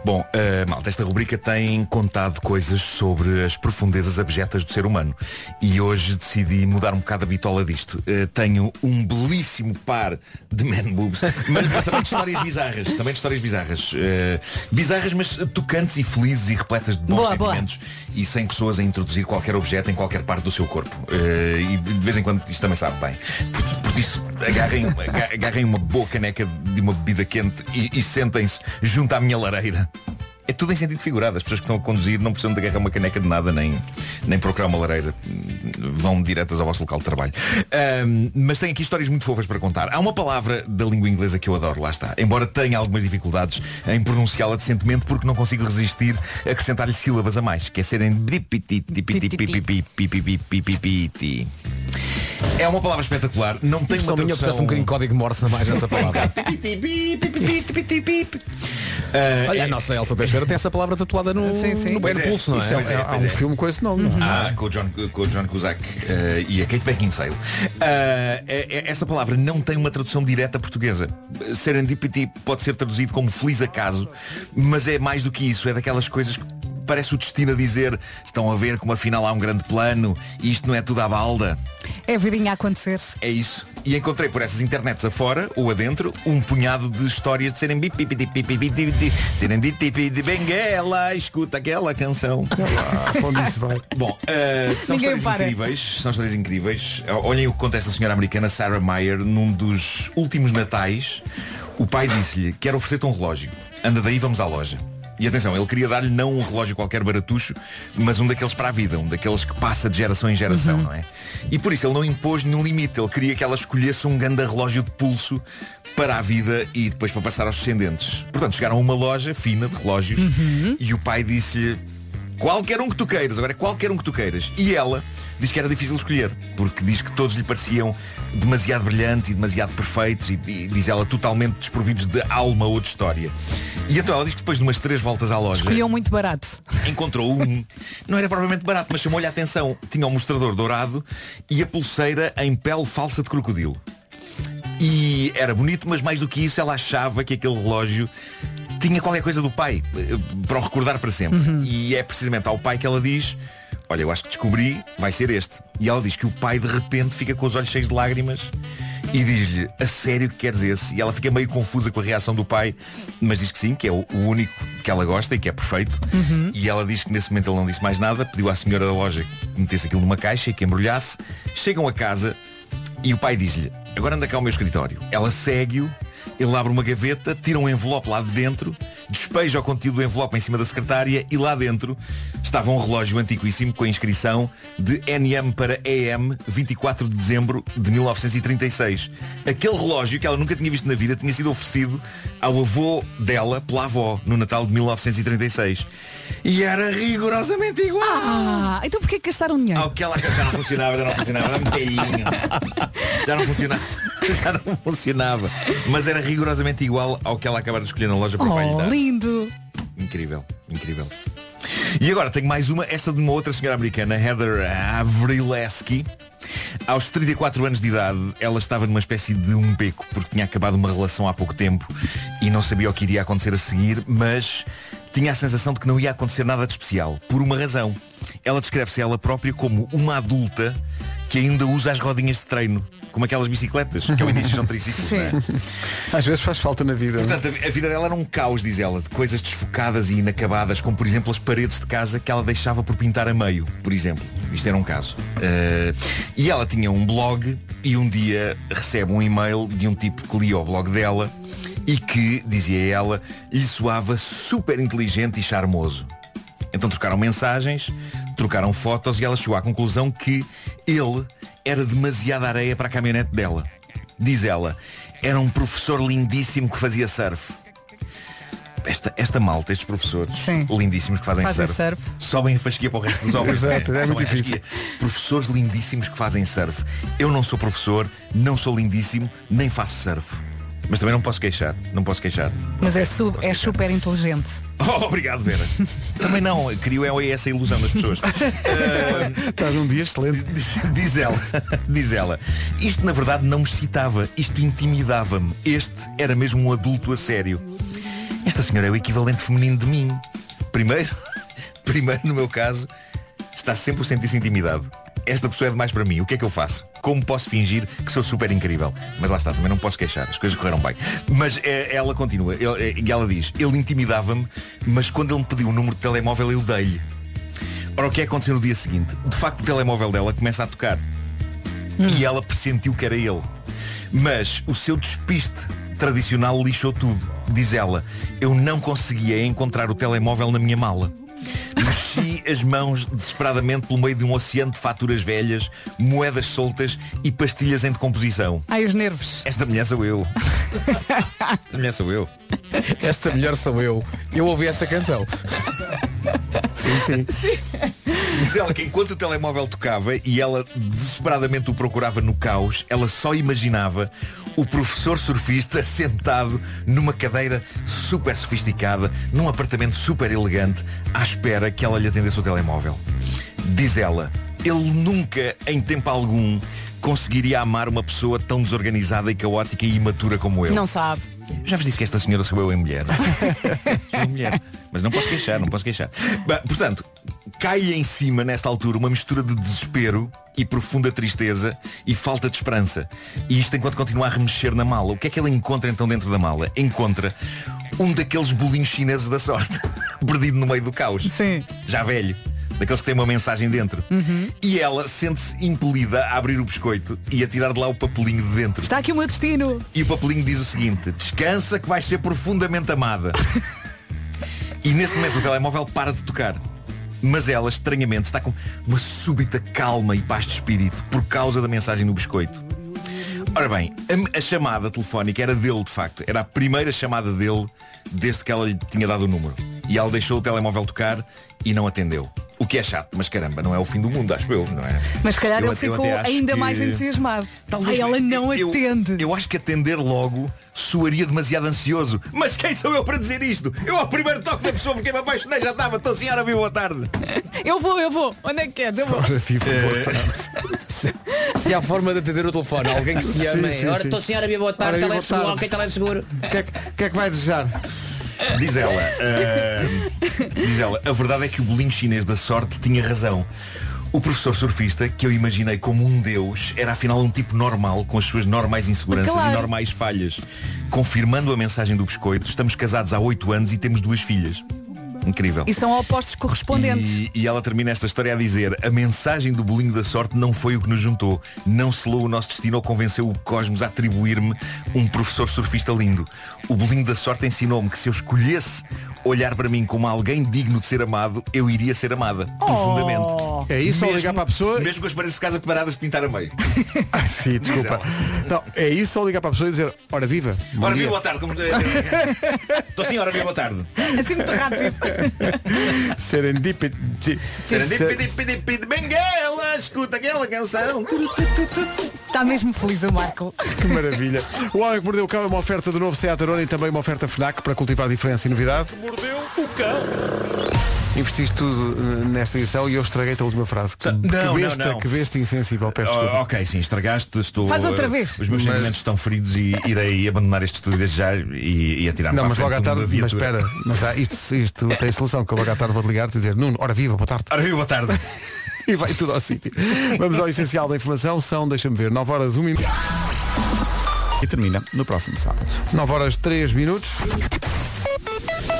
S5: Bom, eh, malta, esta rubrica tem contado coisas sobre as profundezas abjetas do ser humano. E hoje decidi mudar um bocado a bitola disto. Eh, tenho um belíssimo par de man boobs, mas, mas também de histórias bizarras. Também de histórias bizarras. Eh, bizarras, mas tocantes e felizes e repletas de bons
S4: Boa, boa.
S5: sentimentos e sem pessoas a introduzir qualquer objeto em qualquer parte do seu corpo. Eh, e de vez em quando isto também sabe bem. Por, por isso, agarrem, aga- agarrem uma boa caneca de uma bebida quente e, e sentem-se junto à minha lareira. É tudo em sentido figurado. As pessoas que estão a conduzir não precisam de agarrar uma caneca de nada, nem, nem procurar uma lareira. Vão diretas ao vosso local de trabalho. Ahm, mas tem aqui histórias muito fofas para contar. Há uma palavra da língua inglesa que eu adoro, lá está. Embora tenha algumas dificuldades em pronunciá-la decentemente, porque não consigo resistir a acrescentar-lhe sílabas a mais, que é serem dipititipitipitipitipitipitipiti. É uma palavra espetacular. Não tem uma
S13: Só minha
S5: tradução...
S13: puseste um bocadinho de código morse na mais nessa palavra. Olha, a nossa Elsa Teixeira tem essa palavra tatuada no, no bem
S5: Pois
S13: no pulso, não é?
S5: Isso pois
S13: Há- há
S5: pois
S13: um filme com esse nome, não é?
S5: Ah, com o John, com o John Cusack eh, e a Kate Beckinsale. Ah, é- é- esta palavra não tem uma tradução direta portuguesa. Serendipity pode ser traduzido como feliz acaso, mas é mais do que isso. É daquelas coisas que parece o destino a dizer estão a ver como afinal há um grande plano e isto não é tudo à balda.
S4: É a vidinha a acontecer.
S5: É isso. E encontrei por essas internets afora ou adentro um punhado de histórias de serem serendipity de Benguela. Escuta aquela canção. Bom, eh, são
S18: Ninguém
S5: histórias
S18: para.
S5: incríveis. São histórias incríveis. Olhem o que conta esta senhora americana, Sarah Meyer, num dos últimos natais. O pai disse-lhe, quero oferecer-te um relógio. Anda daí, vamos à loja. E atenção, ele queria dar-lhe não um relógio qualquer baratucho, mas um daqueles para a vida, um daqueles que passa de geração em geração,
S19: Uhum.
S5: não é? E por isso ele não impôs nenhum limite, ele queria que ela escolhesse um grande relógio de pulso para a vida e depois para passar aos descendentes. Portanto, chegaram a uma loja fina de relógios
S18: Uhum.
S5: e o pai disse-lhe qualquer um que tu queiras, agora é qualquer um que tu queiras. E ela diz que era difícil escolher, porque diz que todos lhe pareciam demasiado brilhantes e demasiado perfeitos e, e diz ela totalmente desprovidos de alma ou de história. E então ela diz que depois de umas três voltas à loja
S4: Escolheu muito barato.
S5: encontrou um. Não era propriamente barato, mas chamou-lhe a atenção. Tinha um mostrador dourado e a pulseira em pele falsa de crocodilo. E era bonito, mas mais do que isso, ela achava que aquele relógio tinha qualquer coisa do pai, eh, para o recordar para sempre.
S19: Uhum.
S5: E é precisamente ao pai que ela diz, olha, eu acho que descobri, vai ser este. E ela diz que o pai de repente fica com os olhos cheios de lágrimas e diz-lhe, a sério que queres esse? E ela fica meio confusa com a reação do pai, mas diz que sim, que é o o único que ela gosta e que é perfeito. E ela diz que nesse momento ele não disse mais nada, pediu à senhora da loja que metesse aquilo numa caixa e que embrulhasse. Chegam a casa e o pai diz-lhe, agora anda cá ao meu escritório. Ela segue-o, ele abre uma gaveta, tira um envelope lá de dentro, despeja o conteúdo do envelope em cima da secretária e lá dentro estava um relógio antiquíssimo com a inscrição de NM para EM 24 de dezembro de 1936. Aquele relógio que ela nunca tinha visto na vida tinha sido oferecido ao avô dela pela avó no Natal de 1936. E era rigorosamente igual.
S4: Ah, então porquê que gastaram dinheiro?
S5: ao que ela já não funcionava, já não funcionava, era um bocadinho. Já não funcionava. Já não funcionava. Mas era rigorosamente igual ao que ela acabara de escolher na loja para o pai lhe
S4: Oh,
S5: dar.
S4: lindo.
S5: Incrível, incrível. E agora tenho mais uma, esta de uma outra senhora americana, Heather Avrileski. Aos 34 anos de idade, ela estava numa espécie de um beco, porque tinha acabado uma relação há pouco tempo e não sabia o que iria acontecer a seguir, mas tinha a sensação de que não ia acontecer nada de especial, por uma razão. Ela descreve-se a ela própria como uma adulta que ainda usa as rodinhas de treino, como aquelas bicicletas, que ao início são triciclos, não é?
S2: Às vezes faz falta na vida.
S5: Portanto, a a vida dela era um caos, diz ela, de coisas desfocadas e inacabadas, como por exemplo as paredes de casa que ela deixava por pintar a meio, por exemplo. Isto era um caso. Eh, e ela tinha um blog e um dia recebe um e-mail de um tipo que lia o blog dela e que, dizia ela, lhe soava super inteligente e charmoso. Então trocaram mensagens, trocaram fotos e ela chegou à conclusão que ele era demasiada areia para a caminhonete dela. Diz ela, era um professor lindíssimo que fazia surf.
S13: esta, esta malta, estes professores lindíssimos que fazem,
S4: Fazem
S13: surf,
S4: surf.
S13: sobem a fasquia para o resto dos homens.
S2: Exato, é
S13: Sobem
S2: muito
S13: a fasquia. Professores lindíssimos que fazem surf. Eu não sou professor, não sou lindíssimo, nem faço surf. Mas também não posso queixar, não posso queixar.
S4: Mas é, su- é super inteligente.
S13: Oh, obrigado, Vera. Também não, criou é essa ilusão das pessoas.
S2: Estás num dia excelente.
S13: Diz ela, diz ela, isto na verdade não me excitava, isto intimidava-me. Este era mesmo um adulto a sério. Esta senhora é o equivalente feminino de mim. Primeiro, primeiro no meu caso, está sempre o sentir-se intimidado. Esta pessoa é demais para mim, o que é que eu faço? Como posso fingir que sou super incrível? Mas lá está, também não posso queixar, as coisas correram bem. Mas eh, ela continua, ele- eh, e ela diz, ele intimidava-me, mas quando ele me pediu o número de telemóvel eu dei-lhe. Ora, o que é que aconteceu no dia seguinte? De facto, o telemóvel dela começa a tocar. E ela pressentiu que era ele. Mas o seu despiste tradicional lixou tudo. Diz ela, eu não conseguia encontrar o telemóvel na minha mala. Mexi as mãos desesperadamente pelo meio de um oceano de faturas velhas, moedas soltas e pastilhas em decomposição.
S4: Ai, os nervos.
S13: Esta mulher sou eu. Esta mulher sou eu.
S1: Esta mulher sou eu. Eu ouvi essa canção.
S2: Sim, sim.
S13: Diz ela que enquanto o telemóvel tocava e ela desesperadamente o procurava no caos, ela só imaginava o professor surfista sentado numa cadeira super sofisticada, num apartamento super elegante, à espera que ela lhe atendesse o telemóvel. Diz ela, ele nunca, em tempo algum, conseguiria amar uma pessoa tão desorganizada e caótica e imatura como eu.
S4: Não sabe.
S13: Já vos disse que esta senhora sou eu em mulher. sou eu em mulher. Mas não posso queixar, não posso queixar. Bah, portanto, cai em cima, nesta altura, uma mistura de desespero e profunda tristeza e falta de esperança. E isto enquanto continua a remexer na mala. O que é que ele encontra então dentro da mala? Encontra um daqueles bolinhos chineses da sorte, perdido no meio do caos.
S4: Sim.
S13: Já velho. Daqueles que têm uma mensagem dentro. E ela sente-se impelida a abrir o biscoito e a tirar de lá o papelinho de dentro.
S4: Está aqui o meu destino.
S13: E o papelinho diz o seguinte Descansa que vais ser profundamente amada E nesse momento o telemóvel para de tocar Mas ela, estranhamente, está com uma súbita calma e paz de espírito Por causa da mensagem no biscoito Ora bem, a, a chamada telefónica era dele de facto Era a primeira chamada dele Desde que ela lhe tinha dado o número E ela deixou o telemóvel tocar e não atendeu O que é chato, mas caramba, não é o fim do mundo, acho eu, não é?
S4: Mas se calhar
S13: Eu
S4: ele
S13: até- eu
S4: ficou
S13: até acho
S4: ainda
S13: que-
S4: mais entusiasmado.
S13: Talvez
S4: Ai, ela não
S13: eu,
S4: atende.
S13: Eu acho que atender logo soaria demasiado ansioso. Mas quem sou eu para dizer isto? Eu ao primeiro toque da pessoa porque me apaixonei já estava. Estou senhora, viu, boa tarde.
S4: Eu vou, eu vou. Onde é que queres? Eu vou.
S1: se, se há forma de atender o telefone, alguém que se
S2: Sim,
S1: ama.
S2: sim,
S1: Ora,
S2: sim.
S1: estou senhora, minha boa tarde,
S2: Ora,
S1: ela é
S2: boa
S1: seguro,
S2: tarde.
S1: ok, ela é seguro.
S2: O que, é que, o que é que vai desejar?
S13: Diz ela. ah, diz ela, a verdade é que o bolinho chinês da sorte tinha razão. O professor surfista, que eu imaginei como um deus, era afinal um tipo normal, com as suas normais inseguranças
S17: Claro.
S13: e normais falhas. Confirmando a mensagem do biscoito, estamos casados há oito anos e temos duas filhas. Incrível.
S4: E são opostos correspondentes.
S13: E, e ela termina esta história a dizer A mensagem do bolinho da sorte não foi o que nos juntou Não selou o nosso destino ou convenceu o cosmos a atribuir-me um professor surfista lindo O bolinho da sorte ensinou-me que se eu escolhesse olhar para mim como alguém digno de ser amado Eu iria ser amada, profundamente
S2: É isso, ou ligar para a pessoa
S13: Mesmo com as paredes de casa paradas de pintar a meio
S2: Ah, sim, desculpa. Não, é isso ou ligar para a pessoa e dizer, ora viva. bom
S13: Ora
S2: dia."
S13: viva, boa tarde como... Estou sim, ora viva, boa tarde
S4: Assim muito rápido.
S2: Serendipity.
S13: Serendipidipidipid Benguela, escuta aquela canção
S4: Está mesmo feliz o Marco.
S2: Que maravilha. O Homem que Mordeu o Cão é uma oferta do novo Seat Arona e também uma oferta FNAC para cultivar diferença e novidade.
S17: Mordeu o cão.
S2: Investiste tudo eh, nesta edição e eu estraguei-te a última frase. Que, que
S13: Tá, não,
S2: besta,
S13: não.
S2: que besta insensível, peço
S13: Oh,
S2: desculpa.
S13: ok, sim, estragaste, estou.
S2: Faz outra
S13: eh,
S2: vez.
S13: Os meus
S2: Mas-
S13: sentimentos estão feridos e irei abandonar este estúdio desde já e, e atirar-me
S2: Não,
S13: para
S2: mas
S13: a
S2: logo
S13: frente
S2: à
S13: de uma
S2: tarde, mas
S13: viatura.
S2: espera, mas há, isto, isto tem solução, que eu logo à tarde vou ligar-te e dizer, Nuno, ora viva, boa tarde.
S13: Ora viva, boa tarde.
S2: e vai tudo ao sítio. Vamos ao essencial da informação, são, deixa-me ver, 9 horas 1 minuto. E termina no próximo sábado. 9 horas 3 minutos.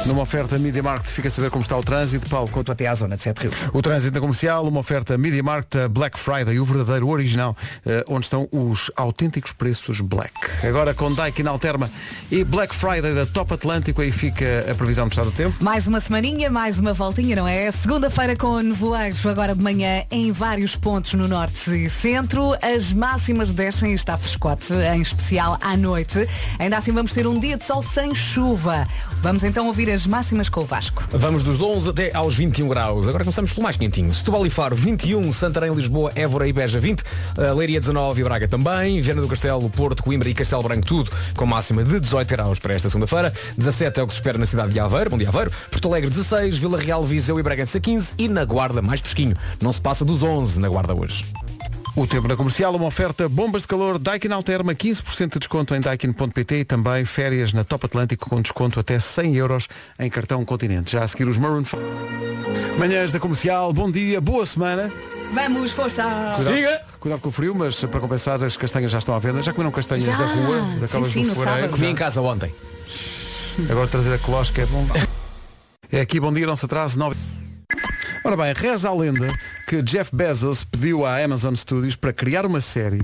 S2: Numa oferta Media Market, fica a saber como está o trânsito, Paulo. Conto até à zona de Sete Rios. O trânsito na comercial, uma oferta Media Market a Black Friday, o verdadeiro original, eh, onde estão os autênticos preços Black. Agora com Daikin Alterma e Black Friday da Top Atlântico, aí fica a previsão do estado do tempo.
S4: Mais uma semaninha, mais uma voltinha, não é? Segunda-feira com nevoeiros, agora de manhã em vários pontos no norte e centro. As máximas descem e está frescote, em especial à noite. Ainda assim vamos ter um dia de sol sem chuva. Vamos então ouvir as máximas com o Vasco.
S1: Vamos dos 11 até aos 21 graus. Agora começamos pelo mais quentinho. Setúbal e Faro, 21. Santarém, Lisboa, Évora e Beja, 20. eh, Leiria, 19 e Braga também. Viana do Castelo, Porto, Coimbra e Castelo Branco, tudo com máxima de 18 graus para esta segunda-feira. 17 é o que se espera na cidade de Aveiro. Bom dia, Aveiro. Porto Alegre, 16. Vila Real, Viseu e Bragança, 15. E na Guarda, mais fresquinho. Não se passa dos 11 na Guarda hoje.
S2: O tempo na comercial, uma oferta bombas de calor Daikin Alterma, 15% de desconto em daikin.pt e também férias na Top Atlântico com desconto até 100 euros em cartão Continente. Já a seguir os Maroon 5. Manhãs da comercial, bom dia, boa semana.
S4: Vamos, força!
S2: Cuidado- Cuidado com o frio, mas para compensar as castanhas já estão à venda. Já comeram castanhas
S4: Já.
S2: da rua,
S4: Sim,
S2: daquelas
S4: sim,
S2: do
S4: no
S2: foreiro.
S4: sábado. Comi em
S1: casa ontem.
S2: Agora trazer a colosca é bom. É aqui, bom dia, não se atrase. Nove... Ora bem, reza a lenda que Jeff Bezos pediu à Amazon Studios para criar uma série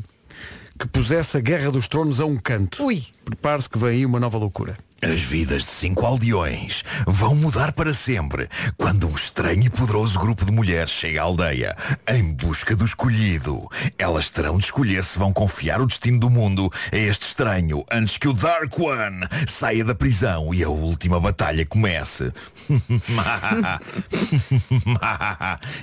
S2: que pusesse a Guerra dos Tronos a um canto. Ui. Prepare-se que vem aí uma nova loucura.
S16: As vidas de cinco aldeões vão mudar para sempre quando um estranho e poderoso grupo de mulheres chega à aldeia em busca do escolhido. Elas terão de escolher se vão confiar o destino do mundo a este estranho antes que o Dark One saia da prisão e a última batalha comece.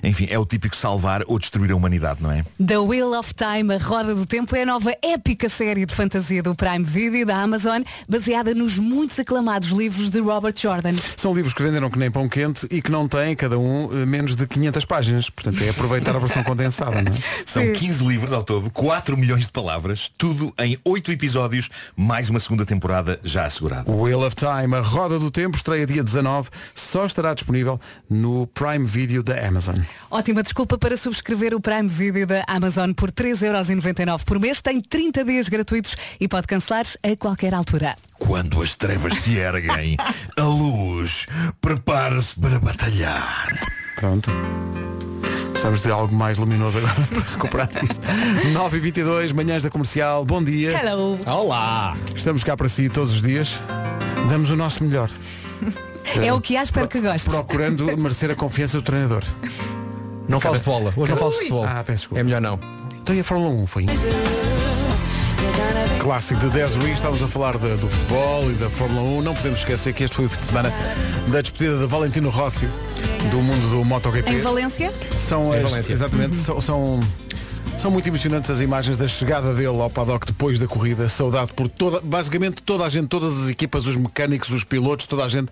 S16: Enfim, é o típico salvar ou destruir a humanidade, não é?
S4: The Wheel of Time, a Roda do Tempo, é a nova épica série de fantasia do Prime Video e da Amazon, baseada nos muitos aclamados livros de Robert Jordan.
S2: São livros que venderam que nem pão quente e que não têm, cada um, eh, menos de 500 páginas. Portanto, é aproveitar a versão condensada, não é?
S13: São 15 livros ao todo, 4 milhões de palavras, tudo em 8 episódios, mais uma segunda temporada já assegurada.
S2: Wheel of Time, a roda do tempo, estreia dia 19, só estará disponível no Prime Video da Amazon.
S4: Ótima desculpa para subscrever o Prime Video da Amazon por 3,99€ por mês. Tem 30 dias gratuitos e pode cancelar a qualquer altura.
S16: Quando as trevas se erguem, a luz prepara-se para batalhar.
S2: Pronto. Precisamos de algo mais luminoso agora para recuperar isto. 9h22, manhãs da comercial, bom dia.
S4: Hello.
S1: Olá.
S2: Estamos cá para si todos os dias. Damos o nosso melhor. Eh,
S4: É o que há, espero que goste.
S2: Procurando merecer a confiança do treinador.
S1: Não falo de bola. Hoje não falo de futebol.
S2: Ah, peço desculpa. É
S1: melhor não.
S2: Então e a Fórmula 1 foi? Clássico de 10 Wings, estávamos a falar de- do futebol e da Fórmula 1. Não podemos esquecer que este foi o fim de semana da despedida de Valentino Rossi do mundo do MotoGP.
S4: Em Valência?
S2: São
S1: Em
S2: as-
S1: Valência. Uhum.
S2: Exatamente, são, são, são muito emocionantes as imagens da chegada dele ao paddock depois da corrida, saudado por toda, basicamente toda a gente, todas as equipas, os mecânicos, os pilotos, toda a gente,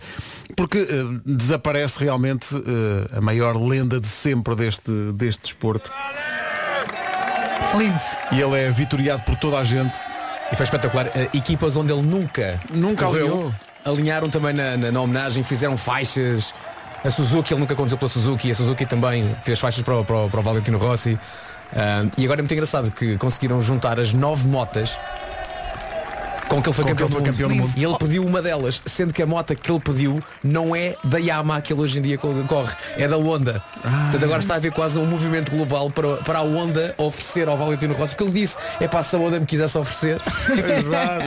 S2: porque eh, desaparece realmente eh, a maior lenda de sempre deste, deste desporto.
S4: Lindo.
S2: E ele é vitoriado por toda a gente.
S1: E foi espetacular. Eh, equipas onde ele nunca,
S2: Nunca
S1: correu,
S2: alinhou.
S1: alinharam também na, na- na homenagem, fizeram faixas. A Suzuki, ele nunca aconteceu pela Suzuki, a Suzuki também fez faixas para, o- para o- para o Valentino Rossi. Ah, e agora é muito engraçado que conseguiram juntar as nove motas com que ele foi,
S2: Com que
S1: campeão,
S2: ele foi
S1: do
S2: campeão do
S1: mundo.
S2: mundo.
S1: E ele pediu uma delas, sendo que a moto que ele pediu não é da Yamaha que ele hoje em dia co- corre, é da Honda.
S2: Ah.
S1: Portanto, agora está a haver quase um movimento global para, para a Honda oferecer ao Valentino Rossi, porque ele disse, é para se a Honda me quisesse oferecer.
S2: Exato,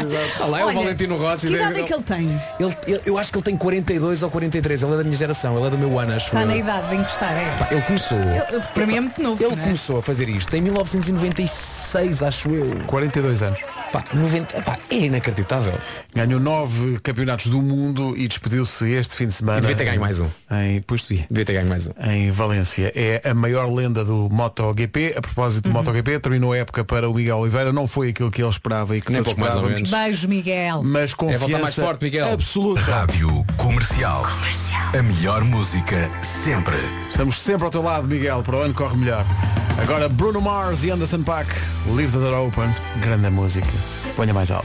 S2: exato.
S1: Olha, é o
S4: Olha,
S1: Valentino Rossi.
S4: Que
S1: né?
S4: idade é que ele tem?
S1: Ele- ele- eu acho que ele tem 42 ou 43, ele é da minha geração, ele é do meu ano, acho
S4: Está
S1: eu.
S4: Tá na idade de encostar, é?
S1: Pá, Ele começou.
S4: Eu- eu- para mim é muito novo.
S1: Ele
S4: não é?
S1: começou a fazer isto em 1996, acho eu.
S2: 42 anos.
S1: Pá, 90, pá, é inacreditável.
S2: Ganhou nove campeonatos do mundo e despediu-se este fim de semana.
S1: E devia ter ganho mais um.
S2: Em, pois devia.
S1: Devia ter ganho mais um.
S2: Em Valência. É a maior lenda do MotoGP. A propósito do MotoGP, terminou a época para o Miguel Oliveira. Não foi aquilo que ele esperava e que
S1: Nem
S2: todos
S1: pouco mais ou
S2: esperávamos.
S1: menos.
S4: Beijo, Miguel.
S2: Mas confiança
S1: voltar mais forte, Miguel.
S2: absoluta.
S15: Rádio Comercial. A melhor música sempre.
S2: Estamos sempre ao teu lado, Miguel. Para o ano corre melhor. Agora Bruno Mars e Anderson Paak. Leave the Door Open. Grande música. Ponha mais alto.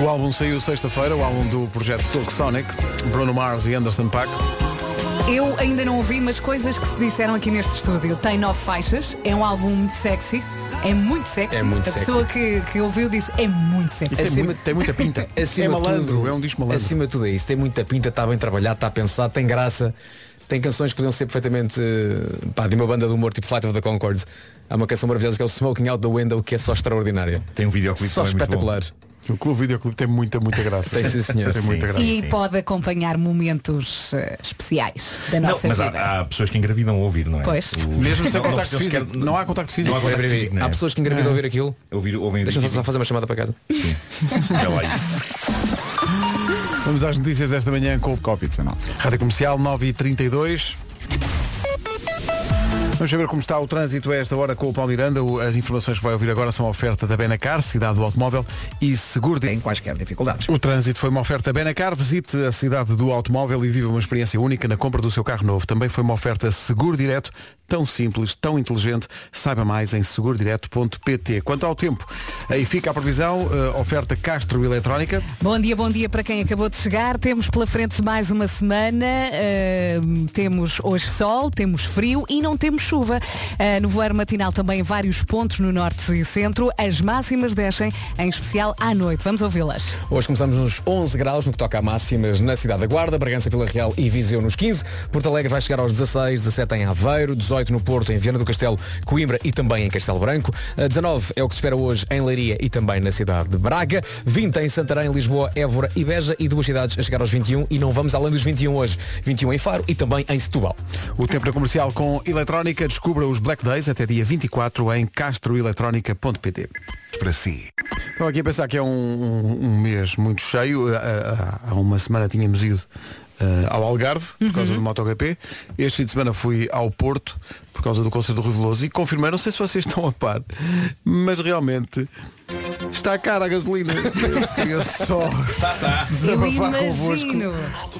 S2: O álbum saiu sexta-feira, o álbum do projeto Silk Sonic, Bruno Mars e Anderson Paak.
S4: Eu ainda não ouvi, mas coisas que se disseram aqui neste estúdio. Tem nove faixas, é um álbum muito sexy. É muito sexy.
S1: É muito
S4: a
S1: sexy.
S4: pessoa que, que ouviu disse é muito sexy.
S2: Isso é muito- tem muita pinta.
S1: Acima
S2: é
S1: de
S2: malandro,
S1: tudo,
S2: é um disco malandro.
S1: Acima de tudo é isso. Tem muita pinta, está bem trabalhado, está pensado, tem graça. Tem canções que podiam ser perfeitamente eh, pá, de uma banda de humor tipo Flight of the Concords. Há uma canção maravilhosa que é o Smoking Out the Window que é só extraordinária.
S13: Tem um videoclipe
S1: Só
S2: é
S13: também muito bom.
S1: espetacular.
S2: O clube videoclube tem muita, muita graça.
S1: Tem sim, senhor.
S2: Tem muita
S13: Sim,
S2: graça.
S13: sim.
S4: E pode acompanhar momentos eh, especiais da
S13: Não,
S4: nossa
S13: mas
S4: vida.
S13: há, há pessoas que engravidam ao ouvir, não é?
S4: Pois.
S2: Mesmo sem
S13: Não, não
S2: contacto
S13: precisam
S2: físico.
S13: sequer-
S2: Não há contacto físico.
S13: Não há contacto físico,
S2: Né?
S13: não é?
S1: Há pessoas que engravidam a ouvir aquilo.
S13: Ouvir, ouvem
S1: Deixa-me só fazer uma chamada para casa.
S13: É lá isso.
S7: Vamos às notícias desta manhã com o Covid-19.
S2: Rádio Comercial 9h32. Vamos saber como está o trânsito a esta hora com o Paulo Miranda. O- As informações que vai ouvir agora são a oferta da Benacar, cidade do automóvel e seguro de... Em
S3: quaisquer dificuldades.
S2: O trânsito foi uma oferta Benacar. Visite a cidade do automóvel e viva uma experiência única na compra do seu carro novo. Também foi uma oferta seguro direto, tão simples, tão inteligente. Saiba mais em segurodireto.pt. Quanto ao tempo, aí fica a previsão, eh, oferta Castro Eletrónica.
S4: Bom dia, bom dia para quem acabou de chegar. Temos pela frente mais uma semana. Ahm, temos hoje sol, temos frio e não temos chuva. Ah, no voar matinal também vários pontos no norte e centro. As máximas descem, em especial à noite. Vamos ouvi-las.
S1: Hoje começamos nos 11 graus no que toca a máximas na cidade da Guarda, Bragança, Vila Real e Viseu nos 15. Porto Alegre vai chegar aos 16, 17 em Aveiro, 18 no Porto, em Viana do Castelo, Coimbra e também em Castelo Branco. Eh, 19 é o que se espera hoje em Leiria e também na cidade de Braga. 20 em Santarém, Lisboa, Évora e Beja e duas cidades a chegar aos 21 e não vamos além dos 21 hoje. 21 em Faro e também em Setúbal.
S2: O tempo na comercial com eletrónica. Descubra os Black Days até dia 24 em castroeletrónica.pt.
S16: Para si.
S2: Estou aqui a pensar que é um, um- um mês muito cheio. Há- Há há uma semana tínhamos ido eh, ao Algarve por causa do MotoGP. Este fim de semana fui ao Porto por causa do concerto do Rui Veloso e confirmaram, não sei se vocês estão a par, mas realmente está cara a gasolina. Eu queria só desabafar convosco
S4: imagino.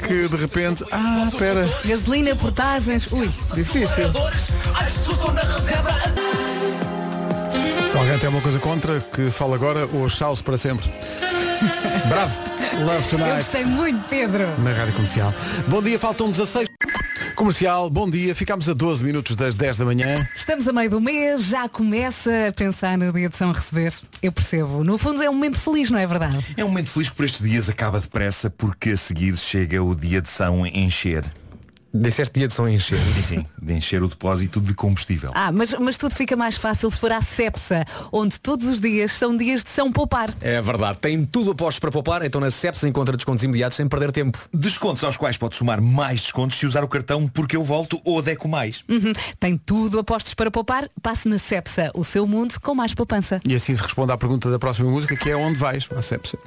S2: que de repente, ah, espera,
S4: Gasolina, portagens. Ui,
S2: difícil. Se alguém tem alguma coisa contra, que fala agora ou chau-se para sempre. Bravo! Love
S4: Eu
S2: tonight
S4: gostei muito, Pedro.
S2: na Rádio Comercial. Bom dia, faltam 16. Comercial, bom dia. Ficámos a 12 minutos das 10 da manhã.
S4: Estamos a meio do mês, já começa a pensar no dia de São Receber. Eu percebo. No fundo é um momento feliz, não é verdade?
S13: É um momento feliz que por estes dias acaba depressa porque a seguir chega o dia de São Encher.
S1: Disseste dia de São Encher?
S13: Sim, sim. De encher o depósito de combustível.
S4: Ah, mas, mas tudo fica mais fácil se for à Cepsa, onde todos os dias são dias de São Poupar.
S1: É verdade, tem tudo apostos para poupar, então na CEPS encontra descontos imediatos sem perder tempo.
S13: Descontos aos quais pode somar mais descontos se usar o cartão Porque Eu Volto ou Deco Mais.
S4: Uhum. Tem tudo apostos para poupar. Passe na Cepsa, o seu mundo com mais poupança.
S2: E assim se responde à pergunta da próxima música, que é onde vais? À Sepsa.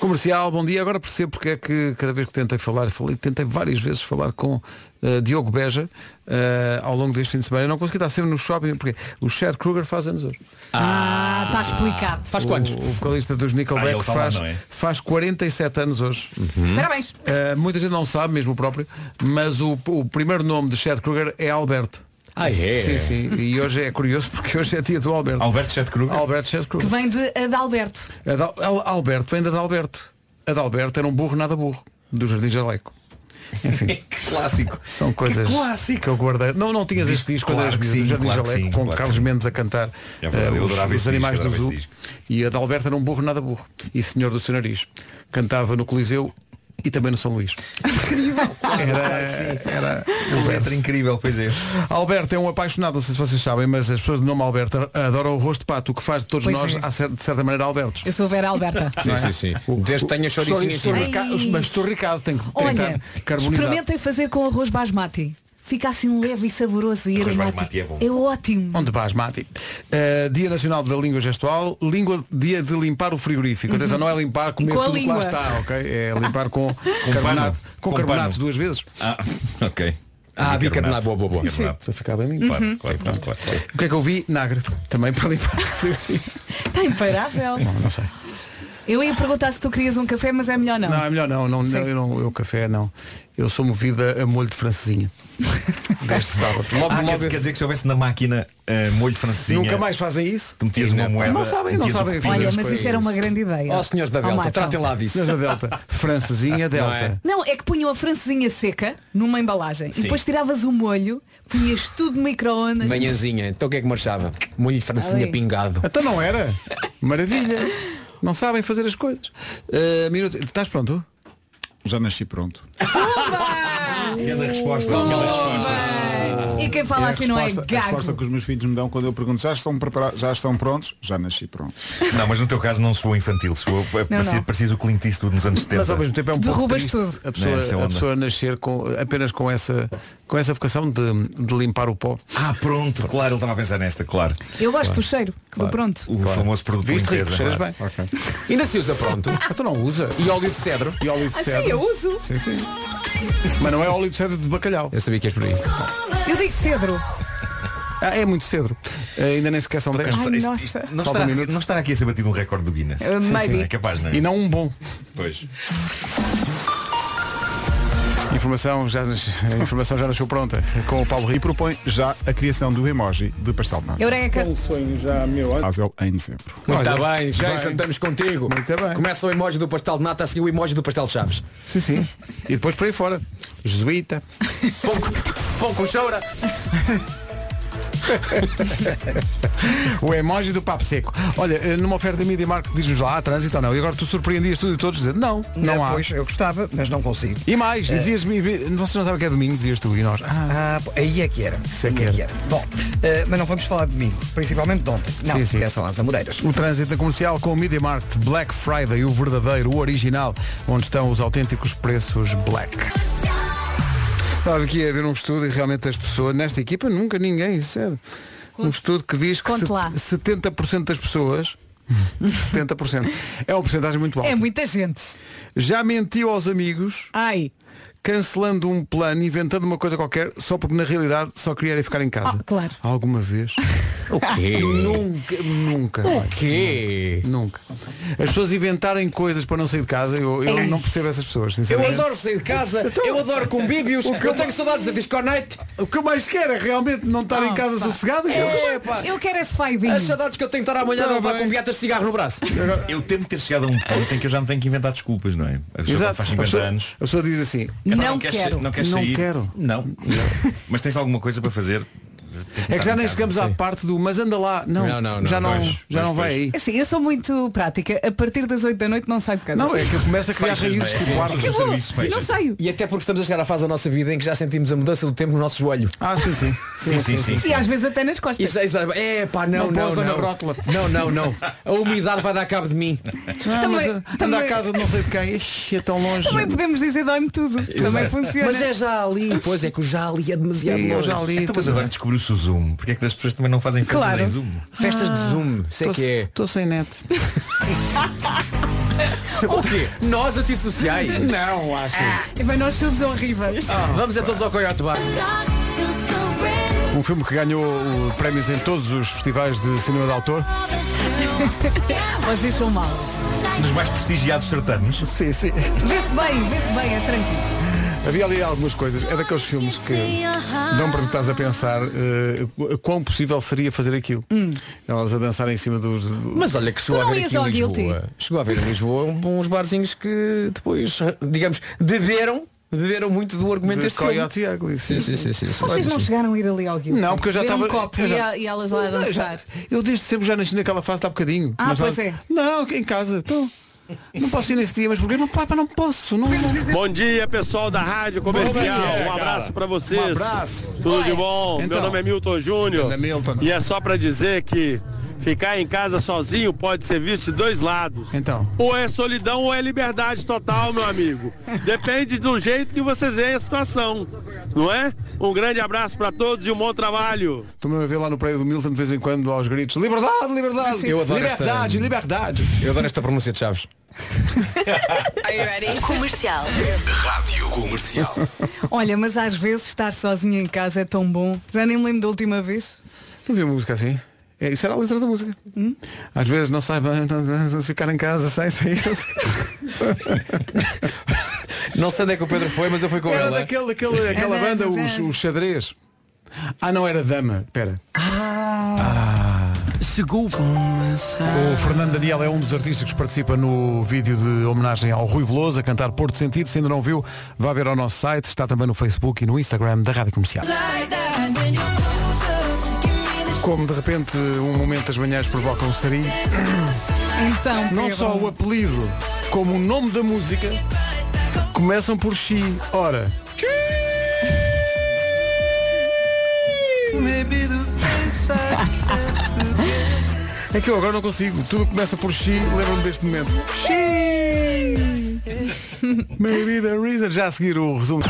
S2: Comercial, bom dia. Agora percebo porque é que cada vez que tentei falar, falei, tentei várias vezes falar com eh, Diogo Beja eh, ao longo deste fim de semana. Eu não consegui estar sempre no shopping, porque o Chad Kruger faz anos hoje.
S4: Ah, está explicado.
S2: O- O vocalista dos
S4: Ah,
S2: Nickelback
S4: ele tá lá,
S2: faz,
S4: não é? Uhum.
S2: faz 47 anos hoje.
S4: Parabéns.
S2: Eh, muita gente não sabe, mesmo o próprio, mas o, o primeiro nome de Chad Kruger é Alberto.
S1: Ah, é?
S2: Sim, sim. E hoje é curioso porque hoje é dia do Alberto.
S13: Alberto Chad Kruger?
S2: Alberto Chad
S4: Que
S2: Kruger.
S4: vem de Adalberto.
S2: Adal- Al- Alberto vem da Adalberto. Adalberto era um burro nada burro, do Jardim Jaleco. Enfim.
S13: É, clássico.
S2: São coisas
S13: Que clássico.
S2: que eu guardei. Não, não tinhas
S13: Diz-
S2: este disco quando
S13: claro
S2: eras miúdo,
S13: que sim,
S2: do Jardim
S13: claro que
S2: Jaleco,
S13: sim,
S2: com
S13: claro que
S2: Carlos
S13: sim.
S2: Mendes a cantar
S13: É verdade,
S2: eh,
S13: eu
S2: os,
S13: adorava
S2: os
S13: esse
S2: animais
S13: disco,
S2: do
S13: adorava
S2: Zoo.
S13: esse
S2: E a Adalberto era um burro nada burro. E senhor do seu nariz. Cantava no Coliseu e também no São Luís. Era, era
S13: Uma Ah, letra incrível, pois é.
S2: Alberto é um apaixonado, não sei se vocês sabem, mas as pessoas de nome Alberto adoram o rosto de pato, o que faz de todos
S4: Pois
S2: nós,
S4: é.
S2: a cer- de certa maneira, Albertos.
S4: Eu sou a Vera Alberta.
S2: Não é?
S1: Desde que tenha choricinho em cima.
S2: esturrica-
S4: Ai.
S2: Mas esturricado, tem que
S4: Olha,
S2: tentar carbonizar.
S4: experimentem fazer com arroz basmati. Fica assim leve e saboroso e
S2: Arroz
S4: aromático.
S2: basmati é bom.
S4: ótimo.
S2: Onde vais, Mati? Uh, dia Nacional da Língua Gestual, língua, dia de limpar o frigorífico.
S4: Uhum.
S2: Atenção, não é limpar, comer
S4: Com a
S2: tudo que lá
S4: língua.
S2: está, ok? É limpar com,
S13: Com pano.
S2: carbonato, com
S13: Com
S2: carbonato
S13: pano.
S2: duas vezes.
S13: Ah, ok.
S2: Ah, bicarbonato.
S13: Boa, boa, É Hum. boa.
S2: Sim, para ficar bem limpo.
S13: Claro,
S2: Uhum.
S13: claro, claro, claro, claro.
S2: O que é que eu vi? Nagre. Também para limpar o frigorífico.
S4: Está imparável.
S2: Não, não sei.
S4: Eu ia perguntar se tu querias um café, mas é melhor não.
S2: Não, é melhor não, não, não, eu não, eu café não. Eu sou movida a molho de francesinha. Deste sábado.
S1: Uh,
S13: Logo, ah, quer, quer dizer que se houvesse na máquina eh, molho de francesinha.
S2: Nunca mais fazem isso?
S13: Tu metias uma moeda.
S2: Não sabem, não
S13: metias o
S2: sabem.
S13: cupim.
S4: Olha, mas isso era uma grande ideia.
S1: Ó, senhores da
S4: Ó,
S1: Delta,
S4: Marco.
S1: tratem lá disso.
S2: Senhores da Delta, francesinha Delta.
S4: Não, é que punham a francesinha seca numa embalagem
S1: Sim.
S4: e depois tiravas o molho, punhas tudo no micro-ondas.
S1: Manhãzinha, então o que é que marchava? Molho de
S11: Tá
S1: francinha
S4: Ali.
S1: pingado.
S2: Então não era? Maravilha. Não sabem fazer as coisas. Uh, minuto, estás pronto?
S7: Já nasci pronto.
S13: Grande resposta. grande resposta.
S7: bom.
S4: E quem fala
S7: a
S4: assim não é
S7: resposta-
S4: gago.
S7: A resposta que os meus filhos me dão quando eu pergunto já estão, preparados, já estão prontos? Já nasci pronto.
S13: Não, mas no teu caso não sou infantil, é sou parecido,
S7: não.
S13: parecido o Clint Eastwood nos anos 70.
S2: Mas ao mesmo tempo é um pouco triste a
S13: Não é essa
S2: pessoa, a
S13: onda.
S2: pessoa nascer com, apenas com essa, com essa vocação de, de limpar o pó.
S13: Ah, pronto, claro, ele estava a pensar nesta, claro.
S4: Eu gosto do cheiro, do pronto.
S13: O famoso produto de
S2: Viste, Rico,
S13: limpeza.
S2: cheiras
S13: claro.
S2: bem. Ainda se usa pronto. Ah, tu não usa. E óleo de cedro. E óleo de
S4: Ah, sim,
S2: cedro.
S4: eu uso.
S2: Sim, sim. Mas não é óleo de cedro de bacalhau. Eu sabia que és por aí.
S4: Eu digo cedro.
S2: Ah, é muito cedro. Ah, ainda nem sequer são 10.
S13: Isto- isto- Não estará, não estará aqui a ser batido um recorde do Guinness.
S2: Uh, maybe.
S13: É capaz, não é?
S2: E não um bom.
S13: Pois.
S7: Informação já, nas- a informação já nasceu pronta com o Paulo Rico. E propõe já a criação do emoji de pastel de nata.
S4: Eureka.
S7: um sonho já meu Basel em dezembro.
S1: Muito
S7: Olha,
S1: Tá bem, já
S7: bem.
S1: estamos contigo.
S7: Muito bem.
S1: Começa o emoji do pastel de nata, a seguir o emoji do pastel de chaves.
S2: Sim, sim. E depois por aí fora. Jesuíta.
S1: Pouco, pouco chora.
S2: o emoji do papo seco. Olha, eh, numa oferta da Media Market diz-nos lá, há trânsito ou não? E agora tu surpreendias tudo e todos dizendo, não, não, há.
S3: Pois, eu gostava, mas não consigo.
S2: E mais,
S3: Eh,
S2: dizias-me, vocês não sabem o que é domingo, dizias tu e nós.
S3: Ah, pô, aí é que era. Aí é que era. Bom, eh, mas não vamos falar de mim, principalmente de ontem. Não,
S2: Sim, sim.
S3: é só às Amoreiras.
S2: O trânsito na comercial com o Media Market Black Friday, o verdadeiro, o original, onde estão os autênticos preços black. Estava aqui a ver um estudo e realmente as pessoas, nesta equipa, nunca ninguém, sério. Um estudo que diz que
S4: Conte
S2: se-
S4: lá.
S2: 70% das pessoas, 70%, é uma porcentagem muito alta.
S4: É muita gente.
S2: Já mentiu aos amigos,
S4: Ai.
S2: cancelando um plano, inventando uma coisa qualquer, só porque na realidade só queria era ficar em casa.
S4: Ah, claro.
S2: Alguma vez? O
S1: quê?
S2: Nunca, nunca.
S1: O quê?
S2: Nunca. As pessoas inventarem coisas para não sair de casa, eu, eu
S4: É.
S1: Ei.
S2: não percebo essas pessoas,
S1: Eu
S2: sinceramente. Então,
S1: adoro sair de casa, eu adoro convívios,
S2: O que eu-
S1: eu tenho saudades da Disco Night.
S2: O que eu mais quero é realmente não estar
S4: Ah,
S2: em casa sossegada.
S1: É, pá.
S4: Eu quero esse faivinho.
S1: As saudades que eu tenho de estar à
S2: Tá
S1: manhã a levar com beatas de cigarro no braço.
S13: Eu temo ter chegado a um ponto em que eu já me tenho que inventar desculpas, não é? A pessoa quando faz 50
S2: a, pessoa,
S13: anos.
S2: a pessoa diz assim.
S13: "Epá,
S4: Não
S13: queres
S4: quero.
S13: sa- Não queres
S2: Não
S13: sair?
S2: quero.
S13: Não. Mas tens alguma coisa para fazer? Tens
S2: É que já
S13: estar em
S2: nem
S13: casa.
S2: chegamos à parte do mas anda lá. Não,
S13: Não, não, não.
S2: já não,
S13: Pois,
S2: já
S13: pois,
S2: não vai
S13: pois.
S2: aí.
S4: Assim, eu sou muito prática. A partir das 8 da noite não saio de casa.
S2: Não, é que eu começo a criar
S1: Fechas,
S2: raízes
S1: não é?
S2: tipo
S1: Sim,
S2: árvores.
S1: sim, sim.
S4: Acabou. Não saio.
S1: E até porque estamos a chegar à fase da nossa vida em que já sentimos a mudança do tempo no nosso joelho.
S2: Ah, sim, sim.
S13: Sim, sim, sim.
S4: E às vezes até nas costas.
S1: Isso, isso, é pá,
S2: Não
S1: não, não,
S2: posso dar
S1: não.
S2: na rótula.
S1: Não, não, não. A umidade vai dar cabo de mim.
S2: Ah, mas
S4: Também-
S2: a- anda
S4: também-
S2: à casa de não sei de quem. Ixi, é tão longe.
S4: Também podemos dizer dói-me tudo. Também funciona.
S1: Mas é já ali, pois é que o já ali é demasiado
S2: Sim, eu
S1: longe.
S2: já li.
S13: Então, mas agora descobriu-se o Zoom. Porque é que as pessoas também não fazem festas
S4: Claro.
S13: em Zoom?
S1: Festas de Zoom, sei que é.
S2: Estou sem net.
S1: O quê? Nós antissociais.
S2: Não, acho.
S4: Mas nós somos horríveis.
S1: Vamos é todos ao Coyote Bar.
S2: Um filme que ganhou uh, prémios em todos os festivais de cinema de autor.
S4: Vocês são maus.
S13: Nos mais prestigiados certames.
S2: Sim, sim.
S4: Vê-se bem, vê-se bem, é tranquilo.
S2: Havia ali algumas coisas. É daqueles filmes que dão para tu estás a pensar eh, quão possível seria fazer aquilo. Elas a dançar em cima dos. do-
S1: Mas olha que chegou
S4: Tu
S1: a
S4: não
S1: ver
S4: ias
S1: aqui em
S4: ao
S1: Lisboa.
S4: Guilty?
S1: Chegou a ver em Lisboa um- uns barzinhos que depois, digamos, beberam, beberam muito do argumento
S2: de
S1: deste filme.
S2: Coyote Ugly.
S1: Sim, sim, sim, sim, sim.
S4: Vocês não chegaram a ir ali ao Guilty?
S2: Não, porque eu já
S4: Ver
S2: estava.
S4: um copo
S2: eu
S4: e,
S2: já-
S4: a- e elas lá a
S2: Não, eu já-
S4: dançar.
S2: Eu desde sempre já nasci naquela fase de há bocadinho.
S4: Ah,
S2: Mas
S4: pois
S2: nós-
S4: é.
S2: Não, em casa. Então, não posso ir nesse dia, mas porque não, pá, pá, não posso. Não, não.
S5: Bom dia, pessoal da Rádio Comercial. um abraço pra vocês.
S2: Um abraço.
S5: Tudo de bom?
S2: Então.
S5: Meu nome é Milton Júnior.
S2: Grande Milton.
S5: E é só pra dizer que ficar em casa sozinho pode ser visto de dois lados.
S2: Então.
S5: Ou é solidão ou é liberdade total, meu amigo. Depende do jeito que vocês veem a situação, não é? Um grande abraço pra todos e um bom trabalho.
S2: Estou-me a ver lá no prédio do Milton de vez em quando aos gritos. Liberdade, liberdade.
S1: Eu adoro esta-
S2: liberdade, liberdade.
S1: Eu adoro esta pronúncia de chaves.
S20: Are you ready?
S21: Comercial.
S15: Rádio Comercial.
S4: Olha, mas às vezes estar sozinha em casa é tão bom. Já nem me lembro da última vez.
S2: Não vi uma música assim? É, isso era a letra da música. Às vezes não sai bem, não- não- se ficar em casa, sai, sai. sai.
S1: Não sei onde é que o Pedro foi, mas eu fui com
S2: Era
S1: ele. é?
S2: daquele, daquele, aquela
S4: É,
S2: banda,
S4: é, é.
S2: os, os xadrez. Ah, não, era dama. Espera. Ah.
S1: Chegou.
S2: O Fernando Daniel é um dos artistas que participa no vídeo de homenagem ao Rui Veloso a cantar Porto Sentido. Se ainda não viu, vá ver ao nosso site. Está também no Facebook e no Instagram da Rádio Comercial. Como de repente um momento das manhãs provoca um sarinho.
S4: Então,
S2: Não
S4: Pedro.
S2: só o apelido, como o nome da música começam por Xi. Ora. É que eu agora não consigo. Tudo que começa por X, lembro-me deste momento. X! Maybe the reason. Já a seguir o resumo.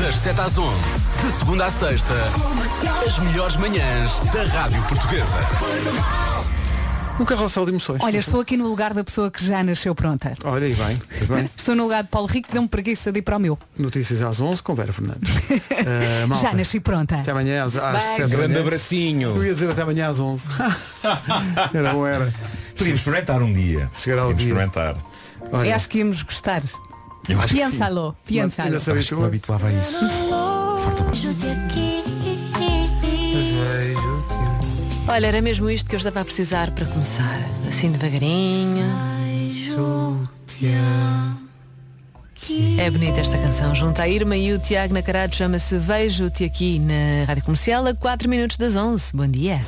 S15: Das 7 às 11, de segunda à sexta, as melhores manhãs da Rádio Portuguesa.
S2: Um carrossel de emoções.
S4: Olha, estou aqui no lugar da pessoa que já nasceu pronta.
S2: Olha, e bem, e bem.
S4: Estou no lugar de Paulo Rico, deu-me preguiça de ir para o meu.
S2: Notícias às 11 com Vera Fernandes. Ah, malta,
S4: Já nasci pronta.
S2: Até amanhã às, às
S4: Bye.
S2: 7 da
S1: Grande
S2: manhã.
S1: abracinho.
S2: Eu ia dizer até amanhã às 11. Era bom, era.
S13: Podíamos experimentar um dia.
S2: Chegar ao
S13: Podíamos
S2: dia.
S13: experimentar.
S4: Eu acho que íamos gostar.
S13: Eu acho que sim.
S4: Piénsalo, piénsalo.
S2: Ainda sabes que me habituava a isso. Forte abraço.
S11: Olha, era mesmo isto que eu estava a precisar para começar. Assim devagarinho. É bonita esta canção. Junto à Irma e o Tiago Nacarado chama-se Vejo-te aqui na Rádio Comercial a 4 minutos das 11. Bom dia.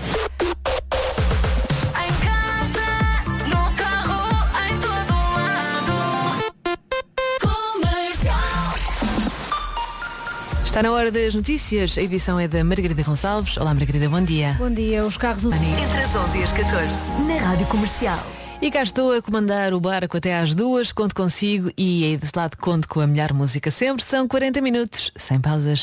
S11: Está na hora das notícias. A edição é da Margarida Gonçalves. Olá, Margarida, bom dia.
S22: Bom dia, os carros
S11: Entre as 11 e as 14, na Rádio Comercial. E cá estou a comandar o barco até às duas, conto consigo e aí desse lado conto com a melhor música sempre. São 40 minutos, sem pausas.